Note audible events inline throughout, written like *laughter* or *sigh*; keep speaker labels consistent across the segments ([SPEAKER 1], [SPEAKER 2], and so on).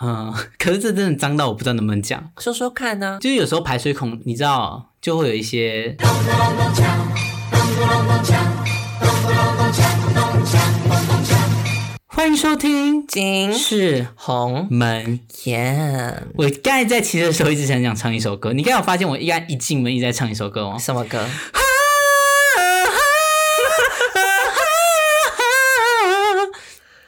[SPEAKER 1] 嗯，可是这真的脏到我不知道能不能讲，
[SPEAKER 2] 说说看呢、
[SPEAKER 1] 就是有时候排水孔你知道就会有一些，欢迎收听
[SPEAKER 2] 金
[SPEAKER 1] 是
[SPEAKER 2] 红
[SPEAKER 1] 门。
[SPEAKER 2] 颜
[SPEAKER 1] 我刚才在骑车的时候一直很想唱一首歌，你刚才有发现我一刚一进门一直在唱一首歌哦。
[SPEAKER 2] 什么歌？ *laughs*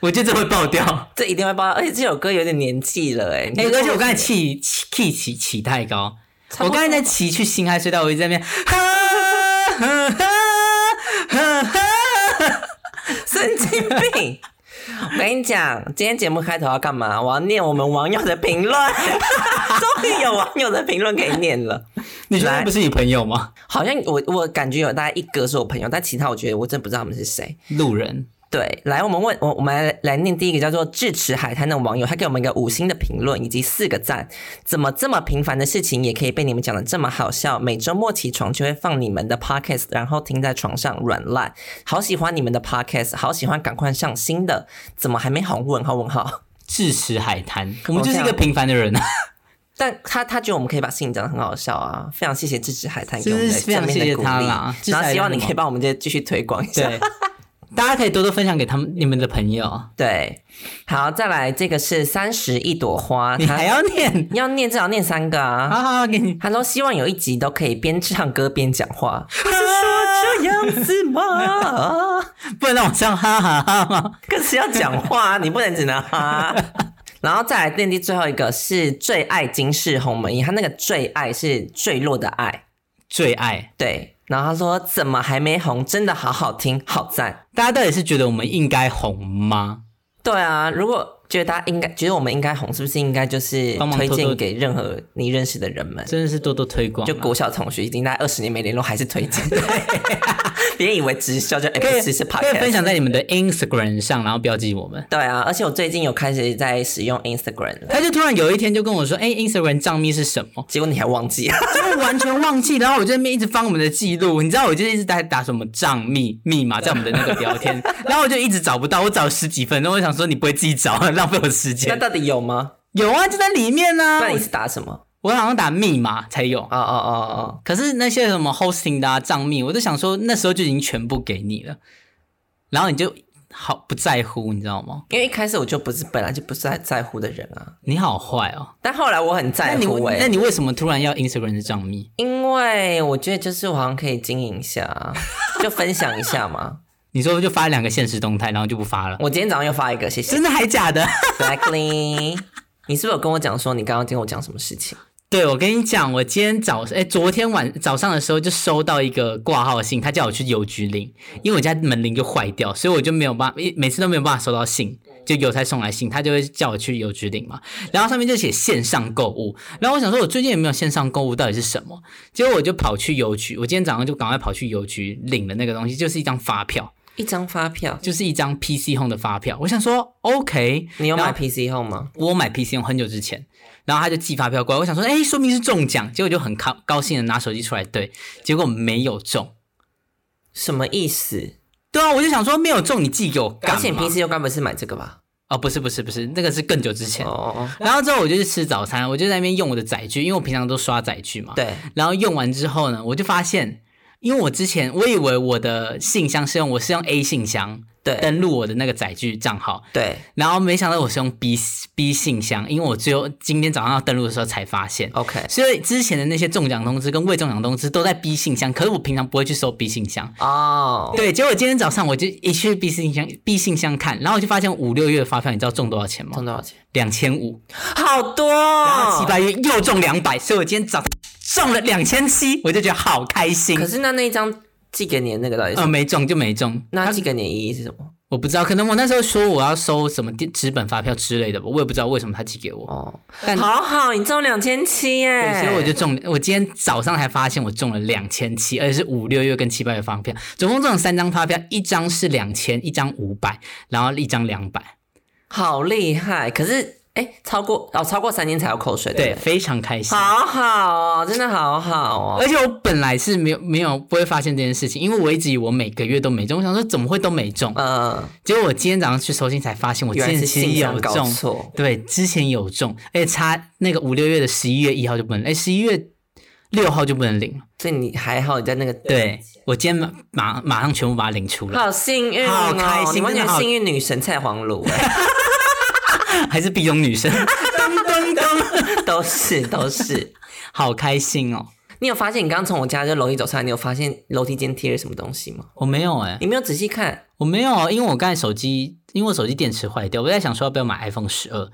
[SPEAKER 1] 我觉得这会爆掉。
[SPEAKER 2] 这一定会爆，而且这首歌有点年纪了哎、
[SPEAKER 1] 哎、
[SPEAKER 2] 你
[SPEAKER 1] 而且我刚才气气气起起太高，
[SPEAKER 2] 差
[SPEAKER 1] 我
[SPEAKER 2] 不多
[SPEAKER 1] 刚才在骑去新海隧道，我一直在那边哈哈哈哈哈哈，
[SPEAKER 2] *laughs* 神经
[SPEAKER 1] *laughs*
[SPEAKER 2] 病！我跟你讲，今天节目开头要干嘛？我要念我们网友的评论， *laughs* 终于有网友的评论可以念了。
[SPEAKER 1] 你觉得
[SPEAKER 2] 来
[SPEAKER 1] 那不是你朋友吗？
[SPEAKER 2] 好像我我感觉有大概一个是我朋友，但其他我觉得我真不知道他们是谁。
[SPEAKER 1] 路人，
[SPEAKER 2] 对，来，我们问我我们来来念第一个叫做智齿海滩的网友，他给我们一个五星的评论以及四个赞。怎么这么平凡的事情也可以被你们讲的这么好笑？每周末起床就会放你们的 podcast，然后听在床上软烂，好喜欢你们的 podcast，好喜欢，赶快上新的。怎么还没红？问号问号。
[SPEAKER 1] 智齿海滩，我们
[SPEAKER 2] 哦
[SPEAKER 1] 就是一
[SPEAKER 2] 这
[SPEAKER 1] 个
[SPEAKER 2] 样
[SPEAKER 1] 平凡的人
[SPEAKER 2] *laughs*
[SPEAKER 1] 啊，
[SPEAKER 2] 但他他觉得我们可以把事情讲得很好笑啊，非常谢谢智齿海滩给我们
[SPEAKER 1] 真
[SPEAKER 2] 的
[SPEAKER 1] 是非常
[SPEAKER 2] 正面的
[SPEAKER 1] 谢谢
[SPEAKER 2] 鼓
[SPEAKER 1] 他
[SPEAKER 2] 励
[SPEAKER 1] 啦智齿
[SPEAKER 2] 然后
[SPEAKER 1] 海
[SPEAKER 2] 希
[SPEAKER 1] 滩
[SPEAKER 2] 望你
[SPEAKER 1] 很
[SPEAKER 2] 可以
[SPEAKER 1] 好
[SPEAKER 2] 帮我们这继续推广一下。
[SPEAKER 1] 对。大家可以多多分享给他们你们的朋
[SPEAKER 2] 啊
[SPEAKER 1] 友，
[SPEAKER 2] 对，好，再来这个是三十一朵花，
[SPEAKER 1] 你
[SPEAKER 2] 它
[SPEAKER 1] 还要念，
[SPEAKER 2] 要念至少念三个啊。
[SPEAKER 1] 好好好给你。
[SPEAKER 2] 他说希望有一集都可以边唱歌边讲 *laughs* 话，是说这样子 *laughs* 吗？
[SPEAKER 1] 不能让我唱哈哈哈吗？
[SPEAKER 2] 可是要讲话、啊，你不能只能哈。 *laughs* 然后再来电梯最后一个是最爱金氏红门宴，他那个最爱是坠落的爱，
[SPEAKER 1] 最爱，
[SPEAKER 2] 对。然后他说怎么还没红，真的好好听，好赞。
[SPEAKER 1] 大家到底是觉得我们应该红吗？
[SPEAKER 2] 对啊，如果觉得大家应该觉得我们应该红，是不是应该就是
[SPEAKER 1] 帮忙
[SPEAKER 2] 推
[SPEAKER 1] 多多
[SPEAKER 2] 荐给任何你认识的人们？
[SPEAKER 1] 真的是多多推广啊，
[SPEAKER 2] 就国小同学已经大概二十年没联络，还是推
[SPEAKER 1] *laughs*
[SPEAKER 2] 荐。别人以为直销就
[SPEAKER 1] 可以
[SPEAKER 2] F 四是 p o
[SPEAKER 1] 可以分
[SPEAKER 2] d
[SPEAKER 1] 享在你们的 Instagram 上，然后标记我们。
[SPEAKER 2] 对啊，而且我最近有开始在使用 Instagram 了，
[SPEAKER 1] 他就突然有一天就跟我说：“哎、i n s t a g r a m 账密是什么
[SPEAKER 2] 结果你还忘记？”
[SPEAKER 1] *laughs* 就是完全忘记。然后我就在那边一直翻我们的记录，你知道，我就一直在打什么账密密码在我们的那个聊
[SPEAKER 2] *laughs*
[SPEAKER 1] 天，然后我就一直找不到，我找十几分钟，我想说你不会自己找，浪费我时
[SPEAKER 2] 那 *laughs*
[SPEAKER 1] 间。
[SPEAKER 2] 到底有吗？
[SPEAKER 1] 有啊，就在里面呢、
[SPEAKER 2] 那
[SPEAKER 1] 啊
[SPEAKER 2] 你。是打什么？
[SPEAKER 1] 我好像打密码才有，
[SPEAKER 2] 哦哦哦哦，
[SPEAKER 1] 可是那些什么 hosting 的啊、账密，我就想说那时候就已经全部给你了，然后你就好不在乎，你知道吗？
[SPEAKER 2] 因为一开始我就不是本来就不是在在乎的人啊，
[SPEAKER 1] 你好坏哦。
[SPEAKER 2] 但后来我很
[SPEAKER 1] 那
[SPEAKER 2] 在
[SPEAKER 1] 你
[SPEAKER 2] 乎哎、
[SPEAKER 1] 那你为什么突然要 Instagram 的账密？
[SPEAKER 2] 因为我觉得就是我好像可以经营
[SPEAKER 1] *laughs*
[SPEAKER 2] 一下，就分享一下嘛。
[SPEAKER 1] 你说就发两个现实动态，然后就不发了，
[SPEAKER 2] 我今天早上又发一个，谢谢
[SPEAKER 1] 真的还假的？
[SPEAKER 2] Blackley。你是不是有跟我讲说你刚刚听我讲什么事情？
[SPEAKER 1] *laughs* 对，我跟你讲，我今天早哎，昨天晚早上的时候就收到一个挂号信，他叫我去邮局领，因为我家门铃就坏掉，所以我就没有办法，每次都没有办法收到信，就邮差送来信，他就会叫我去邮局领嘛。然后上面就写线上购物，然后我想说，我最近有没有线上购物到底是什么？结果我就跑去邮局，我今天早上就赶快跑去邮局领了那个东西，就是一张发票，
[SPEAKER 2] 一张发票，
[SPEAKER 1] 就是一张 PC Home 的发票。我想说，OK，
[SPEAKER 2] 你有
[SPEAKER 1] 然
[SPEAKER 2] 买
[SPEAKER 1] 后
[SPEAKER 2] PC 后吗？
[SPEAKER 1] 我买 PC 用很久之前，然后他就寄发票过来，我想说，哎、说明是中奖，结果就很高高兴的拿手机出来对，结果没有中。
[SPEAKER 2] 什么意思？
[SPEAKER 1] 对啊，我就想说没有中，你寄给我干
[SPEAKER 2] 而
[SPEAKER 1] 嘛？
[SPEAKER 2] 且你 PC 又该不会是买这个吧？
[SPEAKER 1] 哦，不是不是不是，那个是更久之前。
[SPEAKER 2] 哦哦
[SPEAKER 1] 然后之后我就去吃早餐，我就在那边用我的载具，因为我平常都刷载具嘛。
[SPEAKER 2] 哦，。对，
[SPEAKER 1] 然后用完之后呢，我就发现，因为我之前我以为我的信箱是用我是用 A 信箱
[SPEAKER 2] 对
[SPEAKER 1] 登录我的那个载具账号，
[SPEAKER 2] 对
[SPEAKER 1] 然后没想到我是用 B B 信箱，因为我最后今天早上要登录的时候才发现。
[SPEAKER 2] ，OK
[SPEAKER 1] 所以之前的那些中奖通知跟未中奖通知都在 B 信箱，可是我平常不会去收 B 信箱。
[SPEAKER 2] 哦，
[SPEAKER 1] 对，结果今天早上我就一去 B 信箱，B 信箱看，然后我就发现五六月的发票，你知道中多少钱吗？
[SPEAKER 2] 中多少钱？
[SPEAKER 1] 两千五，
[SPEAKER 2] 好多
[SPEAKER 1] 然后七
[SPEAKER 2] 哦。
[SPEAKER 1] 八月又中两百，所以我今天早上中了两千七，我就觉得好开心
[SPEAKER 2] 可。是那那一张寄给你的那个到底是什
[SPEAKER 1] 呃，
[SPEAKER 2] 么？
[SPEAKER 1] 没中就没中，
[SPEAKER 2] 那寄给你的意义是什么？
[SPEAKER 1] 我不知道，可能我那时候说我要收什么电纸本发票之类的吧，我也不知道为什么他寄给我。
[SPEAKER 2] 哦，
[SPEAKER 1] 但
[SPEAKER 2] 好好，你中两千七
[SPEAKER 1] 对，
[SPEAKER 2] 耶！
[SPEAKER 1] 所以我就中，我今天早上才发现我中了两千七，而且是五六月跟七八月发票，总共中了三张发票，一张是两千，一张五百，然后一张两百。
[SPEAKER 2] 好厉害。可是哎，超过哦，超过三天才有口水，
[SPEAKER 1] 对，
[SPEAKER 2] 对不对，
[SPEAKER 1] 非常开心。
[SPEAKER 2] 好好哦，真的好好哦。
[SPEAKER 1] 而且我本来是没有没有不会发现这件事情，因为我一直以为我每个月都没中，我想说怎么会都没中？
[SPEAKER 2] 嗯，
[SPEAKER 1] 结果我今天早上去收信才发现，我之
[SPEAKER 2] 原来
[SPEAKER 1] 前
[SPEAKER 2] 是
[SPEAKER 1] 其实
[SPEAKER 2] 信
[SPEAKER 1] 有
[SPEAKER 2] 箱搞
[SPEAKER 1] 中，
[SPEAKER 2] 错，
[SPEAKER 1] 对，之前有中，而且差那个五六月的十一月一号就不能，哎，十一月六号就不能领了。
[SPEAKER 2] 所以你还好，你在那个
[SPEAKER 1] 对，我今天马马马上全部把它领出来，
[SPEAKER 2] 好幸运、哦，
[SPEAKER 1] 好开心
[SPEAKER 2] 你完
[SPEAKER 1] 真
[SPEAKER 2] 全
[SPEAKER 1] 的好
[SPEAKER 2] 幸运女神蔡黄鲁，哎
[SPEAKER 1] 还是壁咚女生， *laughs* 咚咚咚，
[SPEAKER 2] *laughs* 都是都是。
[SPEAKER 1] 好开心哦！
[SPEAKER 2] 你有发现你刚从我家这楼梯走上来，你有发现楼梯间贴了什么东西吗？
[SPEAKER 1] 我没有哎、
[SPEAKER 2] 你没有仔细看，
[SPEAKER 1] 我没有，因为我刚才手机，因为我手机电池坏掉，我在想说要不要买 iPhone 十二，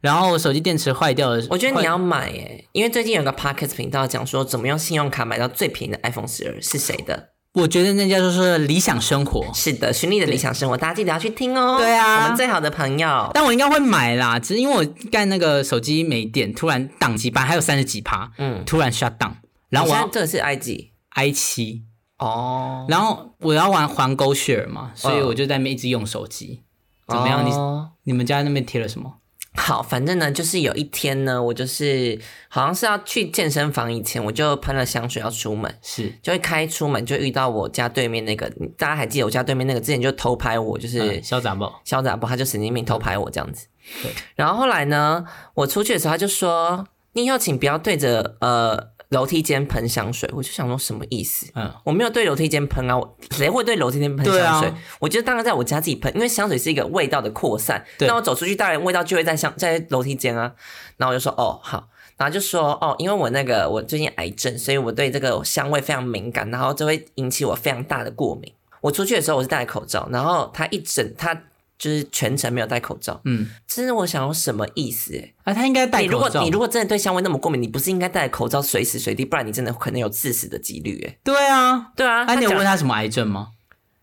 [SPEAKER 1] 然后我手机电池坏掉了，
[SPEAKER 2] 我觉得你
[SPEAKER 1] 坏
[SPEAKER 2] 要买耶、因为最近有个 Pocket 频道讲说怎么用信用卡买到最便宜的 iPhone 十二，是谁的？
[SPEAKER 1] 我觉得那叫做是理想生活，
[SPEAKER 2] 是的，寻觅的理想生活，大家记得要去听哦。
[SPEAKER 1] 对啊
[SPEAKER 2] 我们最好的朋友，
[SPEAKER 1] 但我应该会买啦，只是因为我干那个手机没电，突然宕机吧，还有三十几趴，
[SPEAKER 2] 嗯，
[SPEAKER 1] 突然 shut down，然后我
[SPEAKER 2] 你现
[SPEAKER 1] 要
[SPEAKER 2] 在这个是 IG
[SPEAKER 1] i 七，
[SPEAKER 2] 哦，
[SPEAKER 1] 然后我要玩环 Go Share 嘛，所以我就在那边一直用手机。怎么样？你
[SPEAKER 2] 哦
[SPEAKER 1] 你们家那边贴了什么？
[SPEAKER 2] 好，反正呢，就是有一天呢，我就是好像是要去健身房以前，我就喷了香水要出门，
[SPEAKER 1] 是
[SPEAKER 2] 就会开出门就遇到我家对面那个，大家还记得我家对面那个之前就偷拍我，就是
[SPEAKER 1] 嗯小杂报，
[SPEAKER 2] 肖杂波，他就神经病偷拍我这样子
[SPEAKER 1] 对。
[SPEAKER 2] 然后后来呢，我出去的时候他就说：“你以后请不要对着呃楼梯间喷香水。”我就想说什么意思？
[SPEAKER 1] 嗯，
[SPEAKER 2] 我没有对楼梯间喷啊，我谁会对楼梯间喷
[SPEAKER 1] 对
[SPEAKER 2] 香
[SPEAKER 1] 啊
[SPEAKER 2] 水？我就大概在我家自己喷，因为香水是一个味道的扩散。
[SPEAKER 1] 对
[SPEAKER 2] 那我走出去，当然味道就会在香在楼梯间啊。然后我就说哦好，然后就说哦，因为我那个我最近癌症，所以我对这个香味非常敏感，然后就会引起我非常大的过敏。我出去的时候我是戴口罩，然后他一整他就是全程没有戴口罩，
[SPEAKER 1] 嗯，
[SPEAKER 2] 真的我想要什么意思、欸？
[SPEAKER 1] 啊，他应该戴
[SPEAKER 2] 你如
[SPEAKER 1] 口
[SPEAKER 2] 果
[SPEAKER 1] 罩
[SPEAKER 2] 你。如果真的对香味那么过敏，你不是应该戴口罩随时随地，不然你真的可能有致死的几率、欸。哎，
[SPEAKER 1] 对啊，
[SPEAKER 2] 对啊，
[SPEAKER 1] 啊，你有
[SPEAKER 2] 讲
[SPEAKER 1] 问他什么癌症吗？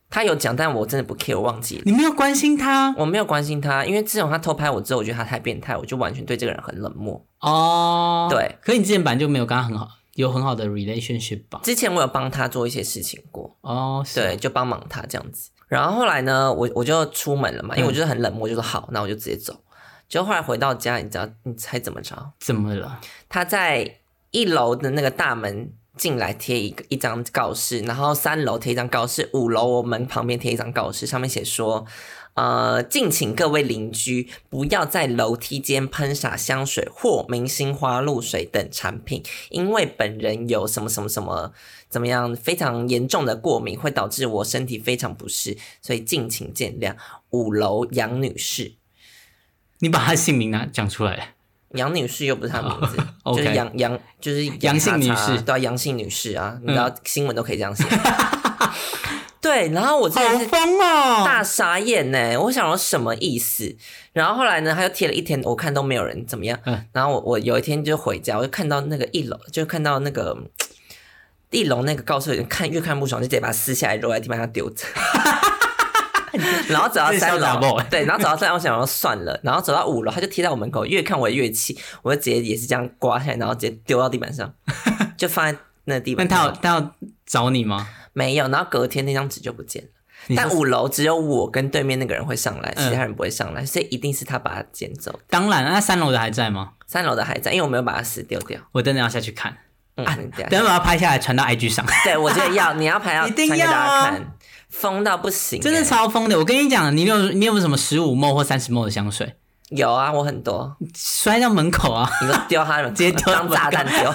[SPEAKER 2] 他有讲，但我真的不 care，我忘记了。
[SPEAKER 1] 你没有关心他
[SPEAKER 2] 我没有关心他，因为自从他偷拍我之后，我觉得他太变态，我就完全对这个人很冷漠。
[SPEAKER 1] 哦。
[SPEAKER 2] 对，
[SPEAKER 1] 可你之前本来就没有跟他很好，有很好的 relationship 吧？
[SPEAKER 2] 之前我有帮他做一些事情过，
[SPEAKER 1] 哦，是
[SPEAKER 2] 对，就帮忙他这样子。然后后来呢，我我就出门了嘛，因为
[SPEAKER 1] 嗯
[SPEAKER 2] 我就是很冷漠，我就说好，那我就直接走。结果后来回到家，你知道你猜怎么着？
[SPEAKER 1] 怎么了？
[SPEAKER 2] 他在一楼的那个大门进来贴一个一张告示，然后三楼贴一张告示，五楼我们旁边贴一张告示，上面写说。呃，敬请各位邻居不要在楼梯间喷洒香水或明星花露水等产品，因为本人有什么什么什么怎么样非常严重的过敏，会导致我身体非常不适，所以敬请见谅。五楼杨女士，
[SPEAKER 1] 你把他姓名拿讲出
[SPEAKER 2] *laughs*
[SPEAKER 1] 来，
[SPEAKER 2] 杨女士又不是她名字，
[SPEAKER 1] *laughs* OK
[SPEAKER 2] 就是杨杨就是
[SPEAKER 1] 杨姓女士嗯
[SPEAKER 2] 叉叉啊对啊，杨姓女士啊，你知道新闻都可以这样写。 *laughs* 对，然后我真的是
[SPEAKER 1] 疯哦！
[SPEAKER 2] 大傻眼呢，我想说什么意思？然后后来呢，他又贴了一天，我看都没有人怎么样。
[SPEAKER 1] 嗯
[SPEAKER 2] 然后我我有一天就回家，我就看到那个一楼，就看到那个。一楼那个告示看越看不爽，就直接把它撕下来，揉在地板上丢
[SPEAKER 1] *laughs*
[SPEAKER 2] 着。然后走到三
[SPEAKER 1] 这是小杂
[SPEAKER 2] 楼
[SPEAKER 1] 货，
[SPEAKER 2] 对，然后走到三楼，我想说算了，然后走到五楼，他就贴在我门口，越看我越气，我就直接也是这样刮下来，然后直接丢到地板
[SPEAKER 1] *laughs*
[SPEAKER 2] 上，就放在那地
[SPEAKER 1] 那
[SPEAKER 2] 板
[SPEAKER 1] 他有
[SPEAKER 2] 上。
[SPEAKER 1] 他有找你吗？
[SPEAKER 2] 没有，然后隔天那张纸就不见了。
[SPEAKER 1] 你
[SPEAKER 2] 但
[SPEAKER 1] 说
[SPEAKER 2] 五楼只有我跟对面那个人会上来，
[SPEAKER 1] 嗯
[SPEAKER 2] 其他人不会上来，所以一定是他把它捡走。
[SPEAKER 1] 当然，那三楼的还在吗？
[SPEAKER 2] 三楼的还在，因为我没有把它撕丢掉。
[SPEAKER 1] 我真的要下去看，
[SPEAKER 2] 嗯，
[SPEAKER 1] 啊
[SPEAKER 2] 你等一下
[SPEAKER 1] 等我把它拍下来传到 IG
[SPEAKER 2] *laughs*
[SPEAKER 1] 上，
[SPEAKER 2] 对我觉得要，你要拍要
[SPEAKER 1] *laughs* 一定
[SPEAKER 2] 传给
[SPEAKER 1] 要
[SPEAKER 2] 大
[SPEAKER 1] 啊
[SPEAKER 2] 家看，疯到不行欸、
[SPEAKER 1] 真的超疯的。我跟你讲，你有你有没有什么十五 ml 或三十 ml 的香水，
[SPEAKER 2] 有啊，我很多，
[SPEAKER 1] 摔到门口啊？
[SPEAKER 2] 你都丢
[SPEAKER 1] *laughs*
[SPEAKER 2] 他们，
[SPEAKER 1] 直接丢
[SPEAKER 2] 当炸弹丢。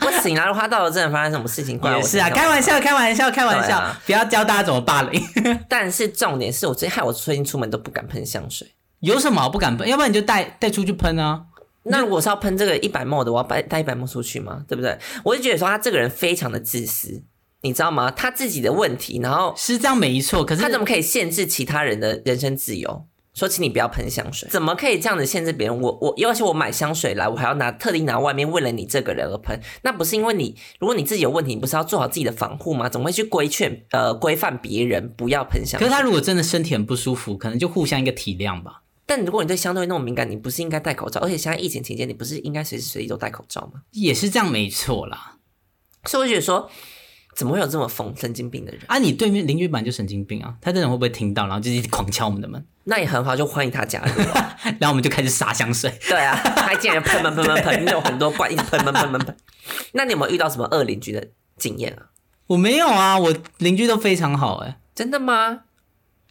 [SPEAKER 2] 不行啊！如果他到了真的发生什么事情，怪我
[SPEAKER 1] 也是啊，
[SPEAKER 2] 身上
[SPEAKER 1] 开玩。笑，开玩笑，开玩
[SPEAKER 2] 对
[SPEAKER 1] 笑，
[SPEAKER 2] 啊
[SPEAKER 1] 不要教大家怎么霸凌。
[SPEAKER 2] 但是重点是我最近害我最近出门都不敢喷香水。
[SPEAKER 1] 有什么好不敢喷？要不然你就带带出去喷啊。
[SPEAKER 2] 那如果是要喷这个一百沫的，我要带带一百沫出去吗？对不对？我就觉得说他这个人非常的自私，你知道吗？他自己的问题，然后
[SPEAKER 1] 是这样没错，可是
[SPEAKER 2] 他怎么可以限制其他人的人身自由？说，请你不要喷香水，怎么可以这样子限制别人？我我，而且我买香水来，我还要拿特地拿外面为了你这个人而喷，那不是因为你，如果你自己有问题，你不是要做好自己的防护吗？怎么会去规劝呃规范别人不要喷香
[SPEAKER 1] 可
[SPEAKER 2] 水
[SPEAKER 1] 是？他如果真的身体很不舒服，可能就互相一个体谅吧。
[SPEAKER 2] 但如果你对香对那么敏感，你不是应该戴口罩？而且现在疫情期间，你不是应该随时随地都戴口罩吗？
[SPEAKER 1] 也是这样没错啦。
[SPEAKER 2] 所以我觉得说，怎么会有这么疯神经病的人？
[SPEAKER 1] 啊，你对面邻居版就神经病啊，他这种会不会听到，然后就一直狂敲我们的门， *laughs*
[SPEAKER 2] 那也很好，就欢迎他加入。
[SPEAKER 1] 然后我们就开始洒香水。
[SPEAKER 2] 对啊，他竟然喷喷喷
[SPEAKER 1] *laughs*
[SPEAKER 2] 喷喷，那种很多罐一直喷喷喷喷喷。那你有没有遇到什么恶邻居的经验啊？
[SPEAKER 1] 我没有啊，我邻居都非常好哎、
[SPEAKER 2] 真的吗？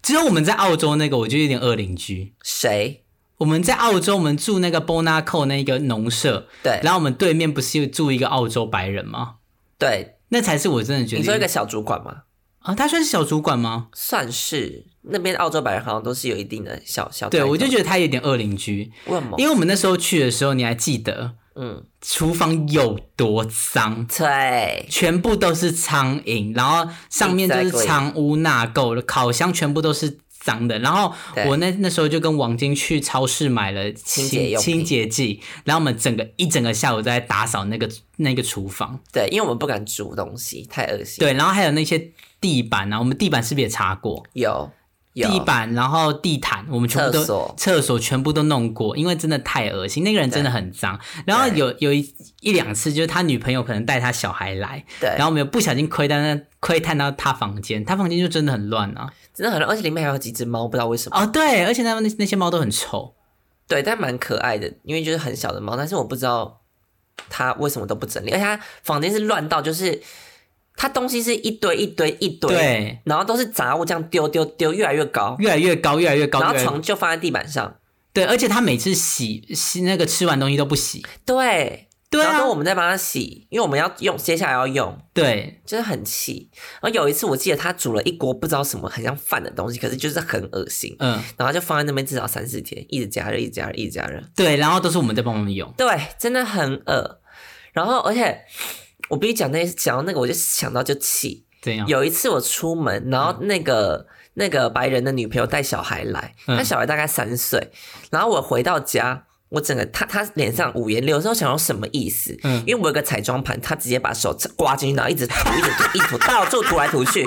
[SPEAKER 1] 只有我们在澳洲那个，我就有点恶邻居。
[SPEAKER 2] 谁？
[SPEAKER 1] 我们在澳洲，我们住那个 Bonaco 那个农舍，
[SPEAKER 2] 对
[SPEAKER 1] 然后我们对面不是住一个澳洲白人吗？
[SPEAKER 2] 对，
[SPEAKER 1] 那才是我真的觉得
[SPEAKER 2] 你说一个小主管吗？
[SPEAKER 1] 啊，他算是小主管吗？
[SPEAKER 2] 算是那边澳洲白人好像都是有一定的小小。
[SPEAKER 1] 对，我就觉得他有点恶邻居，
[SPEAKER 2] 得问嘛，
[SPEAKER 1] 因为我们那时候去的时候，你还记得
[SPEAKER 2] 嗯，
[SPEAKER 1] 厨房有多脏？
[SPEAKER 2] 对，
[SPEAKER 1] 全部都是苍蝇，然后上面就是
[SPEAKER 2] Exactly
[SPEAKER 1] 藏污纳垢了，烤箱全部都是脏的。然后
[SPEAKER 2] 对
[SPEAKER 1] 我那那时候就跟王晶去超市买了
[SPEAKER 2] 清洁用品
[SPEAKER 1] 清洁剂，然后我们整个一整个下午都在打扫那个那个厨房，
[SPEAKER 2] 对，因为我们不敢煮东西，太恶心。，
[SPEAKER 1] 对，然后还有那些地板啊，我们地板是不是也擦过？
[SPEAKER 2] 有有
[SPEAKER 1] 地板，然后地毯，我们全部都
[SPEAKER 2] 厕所
[SPEAKER 1] 厕所全部都弄过，因为真的太恶心，那个人真的很脏。然后
[SPEAKER 2] 对
[SPEAKER 1] 有有一一两次，就是他女朋友可能带他小孩来，
[SPEAKER 2] 对，
[SPEAKER 1] 然后我们有不小心窥探到窥探到他房间，他房间就真的很乱啊。
[SPEAKER 2] 真的很乱，而且里面还有几只猫，不知道为什么。
[SPEAKER 1] 哦，对，而且他们那那些猫都很臭，
[SPEAKER 2] 对，但蛮可爱的，因为就是很小的猫，但是我不知道它为什么都不整理，而且它房间是乱到就是它东西是一堆一堆一堆，
[SPEAKER 1] 对，
[SPEAKER 2] 然后都是杂物这样丢丢丢，越来越高，
[SPEAKER 1] 越来越高，越来越高，
[SPEAKER 2] 然
[SPEAKER 1] 越
[SPEAKER 2] 后
[SPEAKER 1] 来越
[SPEAKER 2] 床就放在地板上，
[SPEAKER 1] 对，而且他每次洗洗那个吃完东西都不洗，
[SPEAKER 2] 对，
[SPEAKER 1] 对
[SPEAKER 2] 然
[SPEAKER 1] 啊
[SPEAKER 2] 后都，我们在帮它洗，因为我们要用，接下来要用。
[SPEAKER 1] 对，
[SPEAKER 2] 真的很气，然后有一次我记得他煮了一锅不知道什么很像饭的东西，可是就是很恶心，
[SPEAKER 1] 嗯，
[SPEAKER 2] 然后就放在那边至少三四天，一直加热，一直加热，一直加热，
[SPEAKER 1] 对，然后都是我们在帮他们用，
[SPEAKER 2] 对，真的很恶。然后，而且我必须讲那讲到那个，我就想到就气。
[SPEAKER 1] 这样，
[SPEAKER 2] 有一次我出门，然后那个、那个白人的女朋友带小孩来，
[SPEAKER 1] 嗯
[SPEAKER 2] 他小孩大概三岁，然后我回到家，我整个他他脸上五颜六色，我想说什么意思？
[SPEAKER 1] 嗯
[SPEAKER 2] 因为我有个彩妆盘，他直接把手刮进去，然后一直涂，一直涂，一直涂，到处涂来
[SPEAKER 1] *laughs*
[SPEAKER 2] 涂去。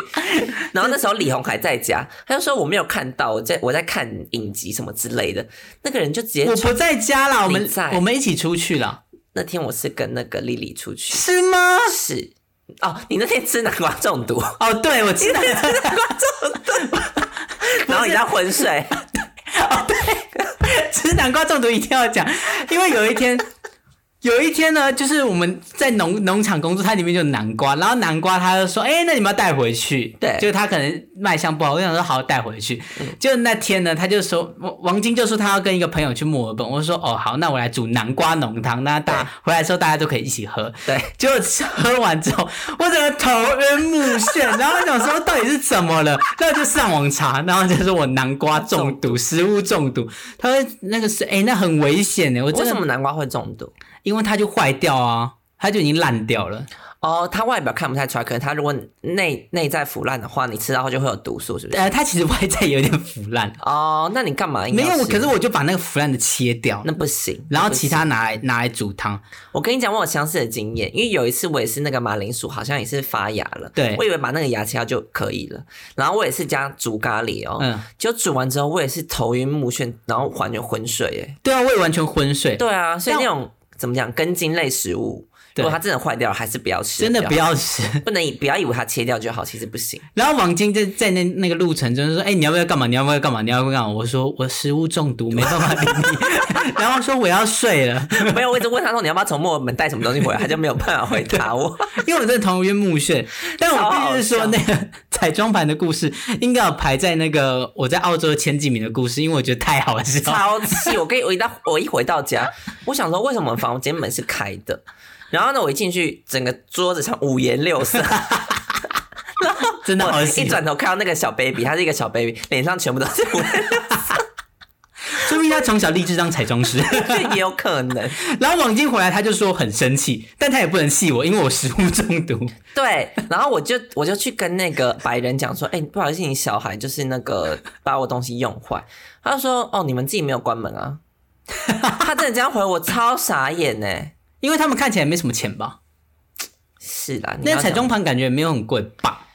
[SPEAKER 2] 然后那时候李红还在家，他就说我没有看到，我在我在看影集什么之类的。那个人就直接
[SPEAKER 1] 我不在家啦，我
[SPEAKER 2] 你
[SPEAKER 1] 们
[SPEAKER 2] 在
[SPEAKER 1] 我们一起出去了，
[SPEAKER 2] 那天我是跟那个丽丽出去，
[SPEAKER 1] 是吗？
[SPEAKER 2] 是哦，你那天吃南瓜中毒， *laughs*
[SPEAKER 1] 哦，对，我知道， *laughs*
[SPEAKER 2] 然后你在昏睡，
[SPEAKER 1] 吃南瓜中毒一定要讲，因为有一天，有一天呢，就是我们在农农场工作，它里面就有南瓜，然后南瓜他就说，哎、那你们要带回去，
[SPEAKER 2] 对嗯
[SPEAKER 1] 就是他可能卖相不好，我想说好带回去，就那天呢，他就说，王王晶就说他要跟一个朋友去墨尔本，我就说哦好，那我来煮南瓜浓汤，那大
[SPEAKER 2] 对
[SPEAKER 1] 回来的时候大家都可以一起喝，
[SPEAKER 2] *laughs* 对，
[SPEAKER 1] 结果喝完之后，我整个头晕目眩，然后想说到底是怎么了，然后就上网查，然后就说我南瓜中毒，食物中毒。他说那个是，哎、那很危险的，我
[SPEAKER 2] 为
[SPEAKER 1] 真
[SPEAKER 2] 什么
[SPEAKER 1] 的，
[SPEAKER 2] 南瓜会中毒？
[SPEAKER 1] 因为它就坏掉啊，它就已经烂掉了。
[SPEAKER 2] 哦，它外表看不太出来，可能它如果内内在腐烂的话，你吃到后就会有毒素，是不是？
[SPEAKER 1] 呃，它其实外在有点腐烂，
[SPEAKER 2] 哦，那你干嘛硬
[SPEAKER 1] 没
[SPEAKER 2] 要吃？
[SPEAKER 1] 有，可是我就把那个腐烂的切掉，
[SPEAKER 2] 那不行。
[SPEAKER 1] 然后
[SPEAKER 2] 那不
[SPEAKER 1] 其
[SPEAKER 2] 行
[SPEAKER 1] 他拿来拿来煮汤。
[SPEAKER 2] 我跟你讲，我有相似的经验，因为有一次我也是那个马铃薯，好像也是发芽了，
[SPEAKER 1] 对
[SPEAKER 2] 我以为把那个芽切掉就可以了，然后我也是加煮咖喱哦，
[SPEAKER 1] 嗯，
[SPEAKER 2] 就煮完之后我也是头晕目眩，然后完全昏睡耶。
[SPEAKER 1] 对啊，我也完全昏睡，
[SPEAKER 2] 对啊，所以
[SPEAKER 1] 但
[SPEAKER 2] 那种怎么讲，根茎类食物，如
[SPEAKER 1] 对
[SPEAKER 2] 果它真的坏掉了，还是不要吃，
[SPEAKER 1] 真的
[SPEAKER 2] 不
[SPEAKER 1] 不要吃。
[SPEAKER 2] 不能以不要以为它切掉就好，其实不行。 *laughs*
[SPEAKER 1] 然后王晶在在那那个路程中就说：“哎、你要不要干嘛？你要不要干嘛？你要不要干嘛？”我说：“我食物中毒，没办法理你。”然后说：“我要睡了，
[SPEAKER 2] 没有，我一直问他说你要不要从墨尔本带什么东西回来，他就没有办法回答
[SPEAKER 1] *laughs*
[SPEAKER 2] 我。
[SPEAKER 1] 因为我真的头晕目眩。”但我必须是说，
[SPEAKER 2] 超好笑
[SPEAKER 1] 那个彩妆盘的故事应该要排在那个我在澳洲前几名的故事，因为我觉得太好笑。
[SPEAKER 2] 超气！我跟我一到我一回到家，我想说为什么房间门是开的，然后呢，我一进去，整个桌子上五颜六色， *laughs*
[SPEAKER 1] 真的好啊
[SPEAKER 2] 我
[SPEAKER 1] 喜
[SPEAKER 2] 一转头看到那个小 baby，他是一个小 baby，脸上全部都是 *laughs* 五颜六
[SPEAKER 1] 说明他从小立志当彩妆师。
[SPEAKER 2] 色，也有可能。
[SPEAKER 1] 然后王晶回来，他就说很生气，但他也不能气我，因为我食物中毒。
[SPEAKER 2] 对，然后我就 *laughs* 我就去跟那个白人讲说，哎、不好意思，你小孩就是那个把我东西用坏。他就说，哦，你们自己没有关门啊。 *laughs* 他真的这样回我，超傻眼欸呢、
[SPEAKER 1] 因为他们看起来没什么钱吧？
[SPEAKER 2] 是啦，你要
[SPEAKER 1] 那彩
[SPEAKER 2] 讲
[SPEAKER 1] 妆盘感觉没有很贵吧？